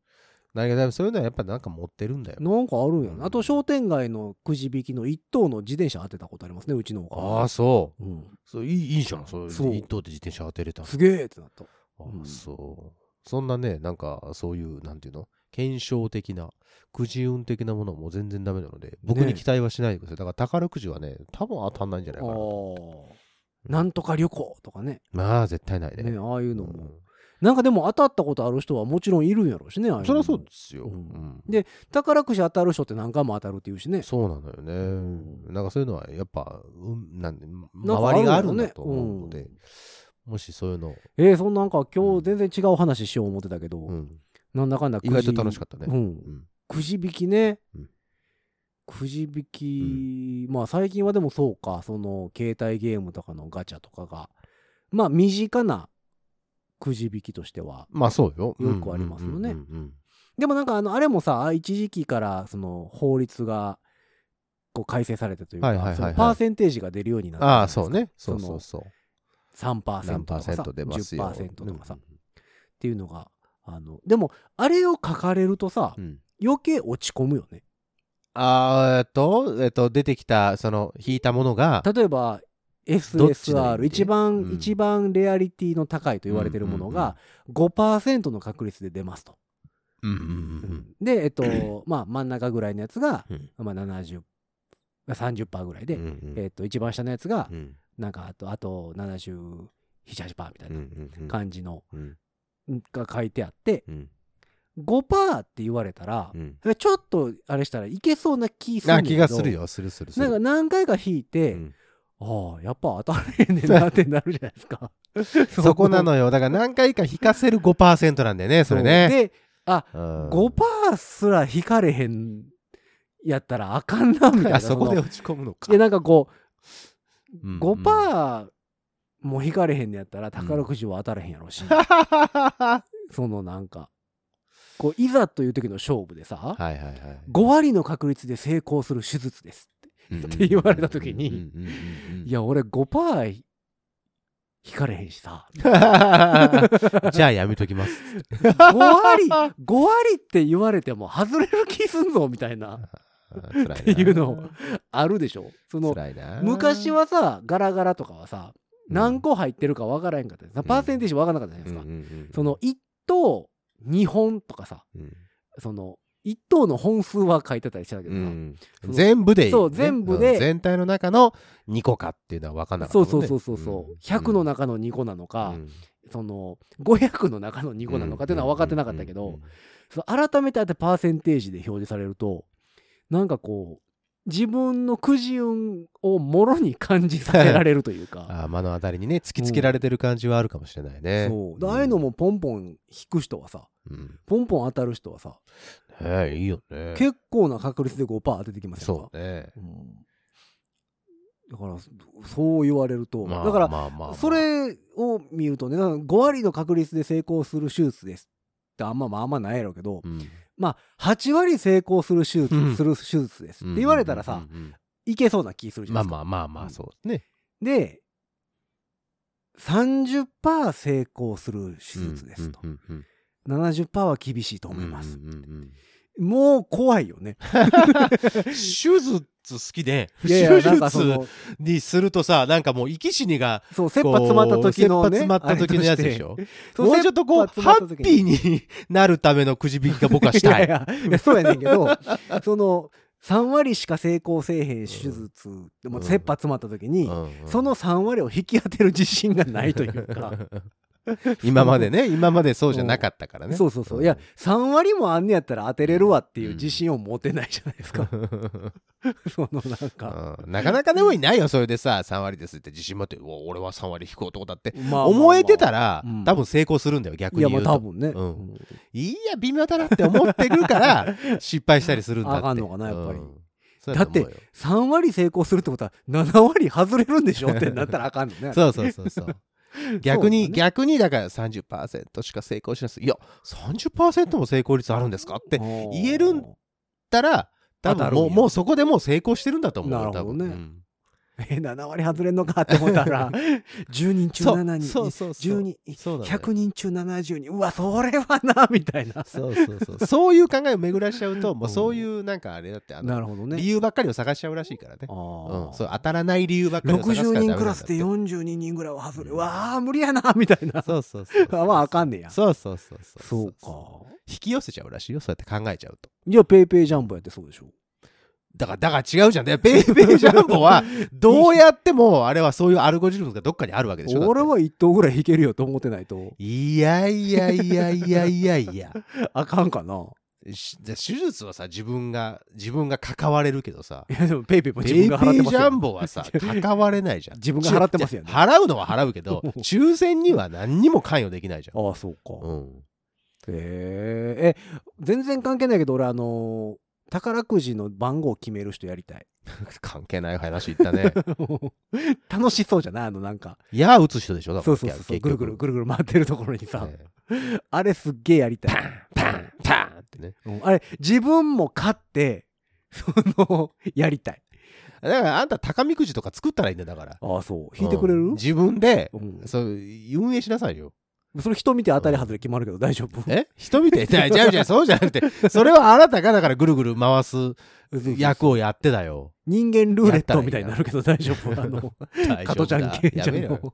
Speaker 3: なんかでもそういうのはやっぱなんか持ってるんだよ
Speaker 2: なんかあるんや
Speaker 3: うん
Speaker 2: な。あと商店街のくじ引きの一等の自転車当てたことありますね、うちのお
Speaker 3: ああ
Speaker 2: 母さ
Speaker 3: そ
Speaker 2: ん。うん、
Speaker 3: うそういいいいじゃんそう
Speaker 2: そう
Speaker 3: 一等で自転車当てれたの
Speaker 2: すげえってなった。
Speaker 3: あ
Speaker 2: うん
Speaker 3: そうそんなねなんかそういうなんていうの検証的なくじ運的なものはもう全然ダメなので僕
Speaker 2: ね
Speaker 3: に期待はしないでくださいだから宝くじはね多分当たんないんじゃない
Speaker 2: あ
Speaker 3: かな
Speaker 2: ーなんとか旅行とかね
Speaker 3: まあ絶対ないね
Speaker 2: ね、ああいう
Speaker 3: う
Speaker 2: のも、
Speaker 3: ん
Speaker 2: なんかでも当たったことある人はもちろんいるんやろうしね、ああいのも
Speaker 3: そりゃそうですよ、
Speaker 2: うん
Speaker 3: うん
Speaker 2: で宝くじ当たる人って何回も当たるっていうしね。
Speaker 3: そうなのよね、
Speaker 2: う
Speaker 3: なんかそういうのはやっぱ、うん、な
Speaker 2: な
Speaker 3: ん
Speaker 2: んかあ
Speaker 3: 周
Speaker 2: る
Speaker 3: り
Speaker 2: んだ
Speaker 3: が
Speaker 2: ろうね
Speaker 3: あるんだと思うので、
Speaker 2: うん
Speaker 3: もしそういうの、
Speaker 2: えー、そんなんか今日全然違う話しよう思ってたけど、
Speaker 3: うん
Speaker 2: なんだかんだ
Speaker 3: 意外と楽しかったね、
Speaker 2: う。
Speaker 3: うんん
Speaker 2: くじ引きね
Speaker 3: うん。
Speaker 2: くじ引き、まあ最近はでもそうか、その携帯ゲームとかのガチャとかが、まあ身近なくじ引きとしては。
Speaker 3: まあそうよ
Speaker 2: よくありますよね
Speaker 3: うんうんうんうん
Speaker 2: でもなんかあの、あれもさ、一時期からその法律がこう改正されたというか、
Speaker 3: はいはいはいはい
Speaker 2: そのパーセンテージが出るようになったじゃな
Speaker 3: あ
Speaker 2: い
Speaker 3: あ
Speaker 2: ですか。
Speaker 3: そうねそう
Speaker 2: そ
Speaker 3: そ
Speaker 2: の
Speaker 3: うそう
Speaker 2: 3%
Speaker 3: 何
Speaker 2: とか
Speaker 3: パーセン
Speaker 2: さ
Speaker 3: ト出ますよ
Speaker 2: 10%とかさ、
Speaker 3: うん
Speaker 2: っていうのがあのでもあれを書かれるとさ、
Speaker 3: うん
Speaker 2: 余計落ち込むよね
Speaker 3: あーえっと、えっと、出てきた、その、引いたものが、
Speaker 2: 例えば
Speaker 3: どっちの意
Speaker 2: SSR
Speaker 3: 味
Speaker 2: 一番、
Speaker 3: うん
Speaker 2: 一番レアリティの高いと言われてるものが5%の確率で出ますと、
Speaker 3: うんうんうん
Speaker 2: でえっとまあ真ん中ぐらいのやつが、
Speaker 3: うん
Speaker 2: まあ、70 30%ぐらいで、
Speaker 3: うんうん
Speaker 2: えっと一番下のやつが、
Speaker 3: うん
Speaker 2: なんかあとあと778%みたい
Speaker 3: うん
Speaker 2: な
Speaker 3: うん
Speaker 2: 感じの、
Speaker 3: うん
Speaker 2: が書いてあって
Speaker 3: うん
Speaker 2: 5%って言われたら、
Speaker 3: うん
Speaker 2: ちょっとあれしたらいけそうな気するん
Speaker 3: あ
Speaker 2: だけど
Speaker 3: 気がするよするするす
Speaker 2: なんか
Speaker 3: る
Speaker 2: 何回か引いて、
Speaker 3: うん
Speaker 2: ああやっぱ当たれへんねんなってなるじゃないですか
Speaker 3: そこなのよだから何回か引かせる5%なんだよねそれね
Speaker 2: で
Speaker 3: うん
Speaker 2: 5%すら引かれへんやったらあかんなみたいな
Speaker 3: あそこで
Speaker 2: の
Speaker 3: 落ち込むのか
Speaker 2: いやなんかこ
Speaker 3: うん
Speaker 2: う
Speaker 3: う
Speaker 2: ん5%、も引かれへんのやったら宝くじは当たれへんや ろうし、
Speaker 3: は
Speaker 2: そのなんかこういざという時の勝負でさ、
Speaker 3: いはいはい
Speaker 2: 5割の確率で成功する手術ですって言われた時に
Speaker 3: うんうんうんうんうんうん
Speaker 2: いや、俺5%引かれへんし さ。
Speaker 3: じゃあやめときます。
Speaker 2: 5割、5割って言われても外れる気すんぞみたいな、
Speaker 3: っ
Speaker 2: っていうのをあるでしょ。その、
Speaker 3: 辛いな
Speaker 2: 昔はさ、ガラガラとかはさ、
Speaker 3: うん
Speaker 2: 何個入ってるかわからへんかったやんさパーセンテージわからなかったじゃな
Speaker 3: う
Speaker 2: い
Speaker 3: ん
Speaker 2: で
Speaker 3: う
Speaker 2: す
Speaker 3: ん
Speaker 2: か。
Speaker 3: うん
Speaker 2: その、1等、2本とかさ、
Speaker 3: うん
Speaker 2: その、1等の本数は書いてたりしたけど
Speaker 3: う
Speaker 2: さ、
Speaker 3: ん
Speaker 2: その
Speaker 3: 全部でいい、
Speaker 2: そう全部で
Speaker 3: ん全体の中の2個かっていうのは分かんなかった
Speaker 2: そ
Speaker 3: も
Speaker 2: うん
Speaker 3: ね、
Speaker 2: そうそうそうそう、100の中の2個なのか、その500の中の2個なのかっていうのは分かってなかったけど、そう改めてあってパーセンテージで表示されるとなんかこう自分のくじ運をもろに感じさせられるというか
Speaker 3: あー目の当たりにね突きつけられてる感じはあるかもしれないね、
Speaker 2: そうでああいうのもポンポン引く人はさ
Speaker 3: うん、
Speaker 2: ポンポン当たる人はさ
Speaker 3: ねえいいよね
Speaker 2: 結構な確率で5%当ててきますよ
Speaker 3: そうね
Speaker 2: だからそそう言われると、
Speaker 3: まあ
Speaker 2: だから、
Speaker 3: まあまあまあ
Speaker 2: それを見るとねなんか5割の確率で成功する手術ですってあんままああんまないやろうけど、
Speaker 3: うん
Speaker 2: まあ8割成功する手術、
Speaker 3: うん
Speaker 2: する手術ですって言われたらさ、
Speaker 3: うんうんうん
Speaker 2: いけそうな気する
Speaker 3: う
Speaker 2: じ
Speaker 3: ん
Speaker 2: ゃないですか。
Speaker 3: まあまあまあまあそうね
Speaker 2: で30%成功する手術ですと、
Speaker 3: うんうん
Speaker 2: 70%は厳しいと
Speaker 3: うん
Speaker 2: 思います
Speaker 3: う、んうんうん
Speaker 2: もう怖いよ ね
Speaker 3: 手術好きで
Speaker 2: いやいや
Speaker 3: 手
Speaker 2: なんかそ
Speaker 3: 術
Speaker 2: の
Speaker 3: にするとさなんかもう生き死にが
Speaker 2: そう切羽詰まった時のね
Speaker 3: こう切羽詰まった時のやつでしょ
Speaker 2: あれとしてそう
Speaker 3: もうちょっとこう
Speaker 2: 切
Speaker 3: ハ
Speaker 2: 羽詰まった
Speaker 3: ッ
Speaker 2: 時
Speaker 3: ピーになるためのくじ引きが僕はしたい
Speaker 2: ややいやそうやねんけどその3割しか成功せえへん手術、でも
Speaker 3: うん
Speaker 2: 切羽詰まった時に、
Speaker 3: うんうん
Speaker 2: その3割を引き当てる自信がないと いうか
Speaker 3: 今までね今までそうじゃなかったからね
Speaker 2: そうそうそう、
Speaker 3: ん
Speaker 2: いや3割もあんねやったら当てれるわっていう自信を持てないじゃないですか、 そのなんか、
Speaker 3: うんなかなかでもいないよそれでさ3割ですって自信持ってうお俺は3割引く男だって
Speaker 2: まあまあまあ
Speaker 3: 思えてたら
Speaker 2: うん
Speaker 3: 多分成功するんだよ逆
Speaker 2: い
Speaker 3: に
Speaker 2: や
Speaker 3: 言
Speaker 2: まあ
Speaker 3: う
Speaker 2: 多
Speaker 3: と
Speaker 2: 分ね、
Speaker 3: うんいや微妙だなって思ってるから 失敗したりするんだって
Speaker 2: あかんのかなやっぱり
Speaker 3: うんそうやと思うよ
Speaker 2: 3割成功するってことは7割外れるんでしょってなったらあかんのね
Speaker 3: そうそうそ うそう。逆に、
Speaker 2: そうだね
Speaker 3: 逆にだから30%しか成功しないです。いや、30%も成功率あるんですかって言っ言えるんたら、多
Speaker 2: 当たる
Speaker 3: 分
Speaker 2: ん
Speaker 3: もう
Speaker 2: や
Speaker 3: もうそこでもう成功してるんだと思うよ。
Speaker 2: なるほどね
Speaker 3: 多分
Speaker 2: え7割外れんのかって思った ら10人中
Speaker 3: う
Speaker 2: 7
Speaker 3: ん、そう
Speaker 2: 人
Speaker 3: そうそう。
Speaker 2: 10人
Speaker 3: そうなのよ
Speaker 2: 100人中70人うわそれはなみたいな
Speaker 3: そうそう そう。そういう考えを巡らしちゃうと、もう
Speaker 2: うん
Speaker 3: そういうなんかあれだって、あの、
Speaker 2: なるほど
Speaker 3: 理
Speaker 2: ね
Speaker 3: 由ばっかりを探しちゃうらしいからね
Speaker 2: あ。
Speaker 3: うん、
Speaker 2: ー
Speaker 3: そう当たらない理由ばっかりを探すから
Speaker 2: 60
Speaker 3: ダメ
Speaker 2: 人
Speaker 3: なん
Speaker 2: ク
Speaker 3: だ
Speaker 2: ラ
Speaker 3: って
Speaker 2: スで42人ぐらいは外れ
Speaker 3: う
Speaker 2: うんわー無理やなみたいな
Speaker 3: そうそうそうそう。
Speaker 2: あまああかんねや
Speaker 3: そうそうそうそう。
Speaker 2: そう。か
Speaker 3: 引き寄せちゃうらしいよ、そうやって考えちゃうと。
Speaker 2: じゃあペイペイジャンボやってそうでしょ
Speaker 3: だから、だから違うじゃん。だからペイペイジャンボ は、どうやっても、あれはそういうアルゴリズムがどっかにあるわけでしょ。だって
Speaker 2: 俺は1等ぐらい引けるよと思ってないと
Speaker 3: いやいやいやいやいやいや。
Speaker 2: あかんか な
Speaker 3: しで手術はさ、自分が、自分が関われるけどさ、
Speaker 2: いやでもペイペイも
Speaker 3: ペ
Speaker 2: 自
Speaker 3: イペイ
Speaker 2: 分
Speaker 3: ジ
Speaker 2: が払ってますよ
Speaker 3: ャンボ は さ、関われないじゃん。
Speaker 2: 自分が払ってますよね、
Speaker 3: ちゅ払うのは払うけど 抽選には何にも関与できないじゃん。
Speaker 2: ああそうか、
Speaker 3: うん。
Speaker 2: へええ全然関係ないけど俺あのー宝くじの番号を決める人やり たい
Speaker 3: 関係ない話言っ たね。
Speaker 2: 楽しそうじゃないあのなんか
Speaker 3: 矢打つ人でしょ、だか
Speaker 2: そ
Speaker 3: ら
Speaker 2: うそうそうそう
Speaker 3: 結
Speaker 2: ぐるぐ
Speaker 3: 局
Speaker 2: るぐるぐる回ってるところにさ、
Speaker 3: ね
Speaker 2: あれすっげえやりたい、
Speaker 3: パン、パンってね。
Speaker 2: うんあれ自分も買って そのやりたい
Speaker 3: だから、あんた高みくじとか作ったらいいんだよだから。
Speaker 2: ああそう引いてくれる、
Speaker 3: うん自分で、
Speaker 2: うん
Speaker 3: そう、運営しなさいよ。
Speaker 2: それ人見て当たり外れ決まるけど大丈夫
Speaker 3: え人見て、じゃじゃじゃそうじゃなくて、それはあなたがだからぐるぐる回す役をやってだよ。
Speaker 2: 人間ルーレットみたいになるけど大丈夫あ の加トちゃん系
Speaker 3: や
Speaker 2: じゃ
Speaker 3: め
Speaker 2: ん
Speaker 3: ろよ
Speaker 2: の。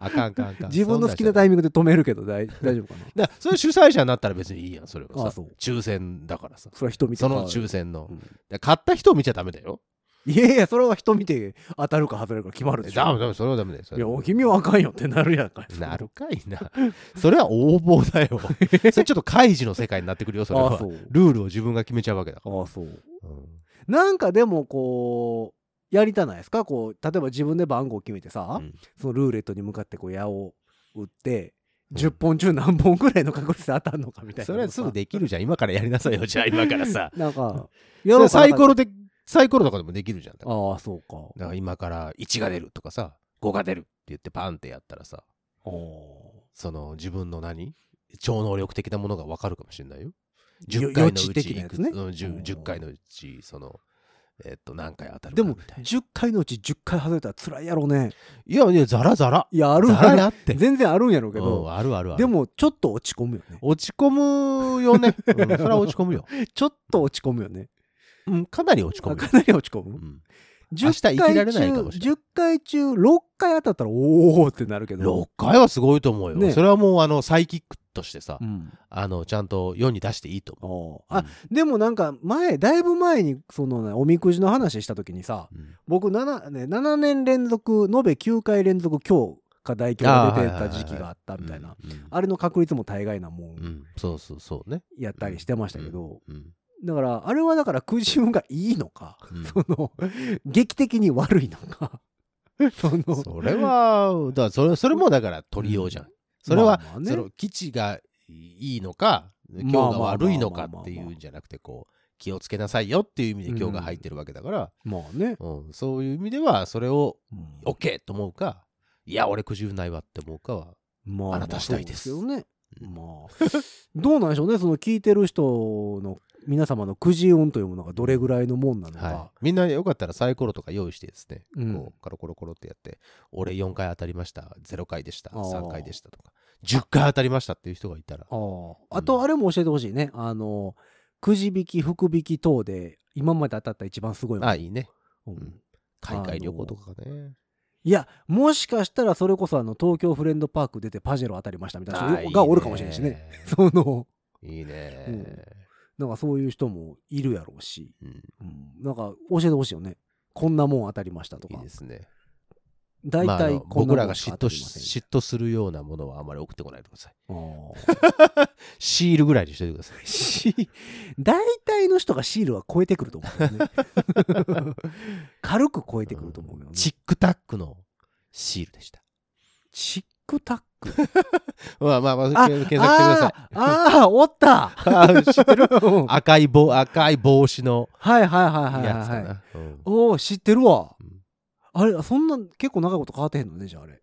Speaker 3: あかんあかんあかん。
Speaker 2: 自分の好きなタ
Speaker 3: イ
Speaker 2: イミングで止めるけど大大丈夫かな
Speaker 3: だからそれ主催者になったら別にいいやん、それ
Speaker 2: あ
Speaker 3: はさ
Speaker 2: そう。
Speaker 3: 抽選だからさ。
Speaker 2: それは人見て
Speaker 3: そ
Speaker 2: 買う
Speaker 3: の抽選の
Speaker 2: うん。
Speaker 3: で買った人を見ちゃダメだよ。
Speaker 2: いやいやそれは人見て当たるか外れるか決まるでしょ
Speaker 3: ダメダメ、それはダメだよそ
Speaker 2: い
Speaker 3: れ
Speaker 2: や
Speaker 3: はダメ。
Speaker 2: 君はあかんよってなるやんか
Speaker 3: なるかいな。それは横暴だ よ。それちょっと開示の世界になってくるよ、それ
Speaker 2: ああ
Speaker 3: は
Speaker 2: そ。う
Speaker 3: ルールを自分が決めちゃうわけだから。
Speaker 2: ああそう
Speaker 3: うん
Speaker 2: なんかでもこうやりたないですかこう例えば自分で番号決めてさ、
Speaker 3: うん
Speaker 2: そのルーレットに向かってこう矢を打って、
Speaker 3: うん
Speaker 2: 10本中何本ぐらいの確率で当たるのかみたいな
Speaker 3: それはすぐできるじゃん。今からやりなさいよ、じ ゃあ今からさ。
Speaker 2: なんか
Speaker 3: それサイコ
Speaker 2: ロ
Speaker 3: ロで、サイコロとかでもできるじゃん。だか
Speaker 2: ああそうから
Speaker 3: 今から1が出るとかさ、5が出るって言ってパンってやったらさ、
Speaker 2: あ
Speaker 3: その自分の何超能力的なものがわかるかもしれないよ。
Speaker 2: よ
Speaker 3: 10回の
Speaker 2: 予知
Speaker 3: う
Speaker 2: 的
Speaker 3: ち
Speaker 2: なや
Speaker 3: い
Speaker 2: つ
Speaker 3: く
Speaker 2: ね
Speaker 3: うん、10,
Speaker 2: うん
Speaker 3: 10回のうち、その、えっと何回当たる
Speaker 2: で
Speaker 3: かみ
Speaker 2: も
Speaker 3: たいな
Speaker 2: 10回のうち10回外れたら辛いやろうね
Speaker 3: いやいやザラザラ
Speaker 2: いやあるん
Speaker 3: ザラ
Speaker 2: や
Speaker 3: だって
Speaker 2: 全然あるんやろうけ
Speaker 3: う
Speaker 2: ど、
Speaker 3: んあるあるある
Speaker 2: でもちょっと落ち込むよね
Speaker 3: 落ち込むよね、 うんそれは落ち込むよ、
Speaker 2: ちょっと落ち込むよね
Speaker 3: うん、かなり落ち込
Speaker 2: あ
Speaker 3: むよ
Speaker 2: か、なり落ち込
Speaker 3: う
Speaker 2: む
Speaker 3: ん、明
Speaker 2: 10
Speaker 3: 日
Speaker 2: 回
Speaker 3: 生きられないかもしれな
Speaker 2: 中10回中6回当たったらおおってなるけ
Speaker 3: 6
Speaker 2: ど、
Speaker 3: 回はすごいと思うよ、
Speaker 2: ね
Speaker 3: それはもうあのサイキックとしてさ、
Speaker 2: うん、
Speaker 3: あのちゃんと世に出していいと思
Speaker 2: お
Speaker 3: う
Speaker 2: ーあ、でもなんか前だいぶ前にそのねおみくじの話した時にさ
Speaker 3: うんうん
Speaker 2: 僕 7,、ね、7年連続延べ9回連続今日か大凶が出てた時期があったみたいな
Speaker 3: うんうん
Speaker 2: あれの確率も大概なも
Speaker 3: うんんそうそうそうね、
Speaker 2: やったりしてましたけど
Speaker 3: うん
Speaker 2: だからあれはだからくじ運がいいのか
Speaker 3: うん
Speaker 2: その劇的に悪いのか その
Speaker 3: それはだからそれそれもだから取りようじゃん、それは、
Speaker 2: まあまあね
Speaker 3: その基地がいいのか今日が悪いのかっていうんじゃなくてこう気をつけなさいよっていう意味で今日が入ってるわけだから、
Speaker 2: まあね、
Speaker 3: うんそういう意味ではそれを
Speaker 2: うん
Speaker 3: オッケーと思うかいや俺くじ運ないわって思うかは
Speaker 2: ま
Speaker 3: あなた次第です
Speaker 2: そうよね。
Speaker 3: うん
Speaker 2: まあ、どうなんでしょうね、その聞いてる人の皆様のくじ運というものがどれぐらいのもんなのか。
Speaker 3: はい、みんなよかったらサイコロとか用意してですね、
Speaker 2: うん
Speaker 3: こうコロコロコロってやって俺4回当たりました0回でした
Speaker 2: あー
Speaker 3: 3回でしたとか10回当たりましたっていう人がいたら
Speaker 2: あああと、あれも教えてほしいね、あの、くじ引き、福引き等で、今まで当たった一番すごいもの
Speaker 3: あいいね
Speaker 2: うん
Speaker 3: 海外旅行とかがね
Speaker 2: いや、もしかしたらそれこそあの東京フレンドパーク出てパジェロ当たりましたみたいな
Speaker 3: あーいい
Speaker 2: 人
Speaker 3: ね
Speaker 2: がおるかもしれないしね。その、
Speaker 3: いいね、
Speaker 2: なんかそういう人もいるやろうし、
Speaker 3: うん
Speaker 2: うん、なんか教えてほしいよね。こんなもん当たりましたと
Speaker 3: い
Speaker 2: か
Speaker 3: いで。すね
Speaker 2: 大
Speaker 3: まああ
Speaker 2: 体
Speaker 3: の
Speaker 2: こんな
Speaker 3: 僕
Speaker 2: も
Speaker 3: ら
Speaker 2: ん
Speaker 3: が
Speaker 2: し
Speaker 3: 嫉
Speaker 2: か
Speaker 3: 妬
Speaker 2: 当たりません
Speaker 3: し嫉妬するようなものはあまり送ってこないでください
Speaker 2: あー
Speaker 3: シールぐらいにしといてください
Speaker 2: し 大体の人がシールは超えてくると思うけ どね軽く超えてくると思うよね、
Speaker 3: チックタックのシールでした
Speaker 2: チックタック
Speaker 3: まあまあ、まあ、検索してください
Speaker 2: あーあーおった
Speaker 3: あー知ってる
Speaker 2: うんはい
Speaker 3: 赤い帽赤い帽子の
Speaker 2: はいはいはい
Speaker 3: や
Speaker 2: は
Speaker 3: つか
Speaker 2: い、はい、
Speaker 3: な、うん
Speaker 2: おお知ってるわ、
Speaker 3: うん
Speaker 2: あれそんな結構長いこと変わってへんのねじゃああれ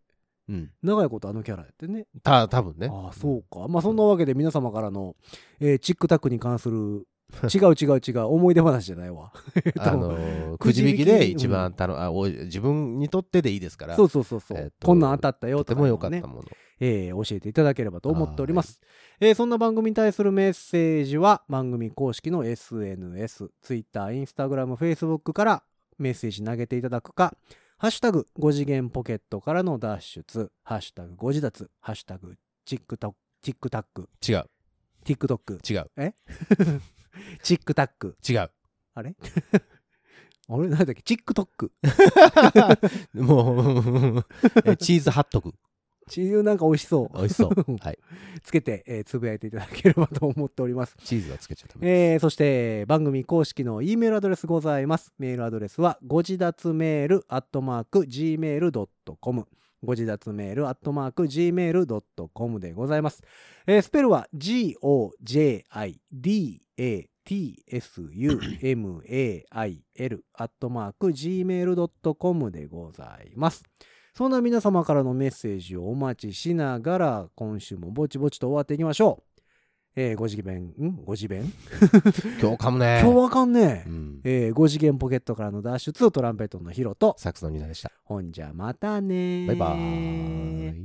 Speaker 3: うん、
Speaker 2: 長いことあのキャラやってね
Speaker 3: た多分ね
Speaker 2: ああそうかまあそんなわけで皆様からの、えーチックタックに関する違う違う違う思い出話じゃない わえっと
Speaker 3: あ のー
Speaker 2: く
Speaker 3: く
Speaker 2: じ引
Speaker 3: じ引
Speaker 2: き
Speaker 3: きで一番たの、あお自分にとってでいいですから
Speaker 2: そうそうそうそう、
Speaker 3: えっと
Speaker 2: こんなん当たったよと
Speaker 3: とて
Speaker 2: かいうの
Speaker 3: も良
Speaker 2: を
Speaker 3: かっ
Speaker 2: ね
Speaker 3: たもの、
Speaker 2: えー教えていただければと思っております。えーそんな番組に対するメッセージは番組公式の SNS、Twitter、Instagram、Facebook からメッセージ投げていただくか、ハッシュタグ5次元ポケットからの脱出、ハッシュタグ5次脱、ハッシュタグチックトチックタック、
Speaker 3: 違う
Speaker 2: ティックトック、
Speaker 3: 違う
Speaker 2: チックタック、
Speaker 3: 違う
Speaker 2: あれ あれ何だっけチックトック。
Speaker 3: もうえチーズハットク
Speaker 2: チーズなんか美味しそう。
Speaker 3: 美味しそう はい
Speaker 2: つけて、えーつぶやいていただければと思っております。
Speaker 3: チーズはつけちゃった
Speaker 2: えーそして番組公式の E メールアドレスございます。メールアドレスはご自立メールアットマーク Gmail.com ご自立メールアットマーク Gmail.com でございます。えースペルは GOJIDATSUMAIL アットマーク Gmail.com でございます。そんな皆様からのメッセージをお待ちしながら今週もぼちぼちと終わっていきましょう。えー、ご次元、んご次元
Speaker 3: 今日かもね
Speaker 2: 今日わかんねえ。
Speaker 3: うん、
Speaker 2: えー、5次元ポケットからの脱出トランペットのヒロと
Speaker 3: サックスのニナでした
Speaker 2: ほんじゃまたねー
Speaker 3: バイバーイ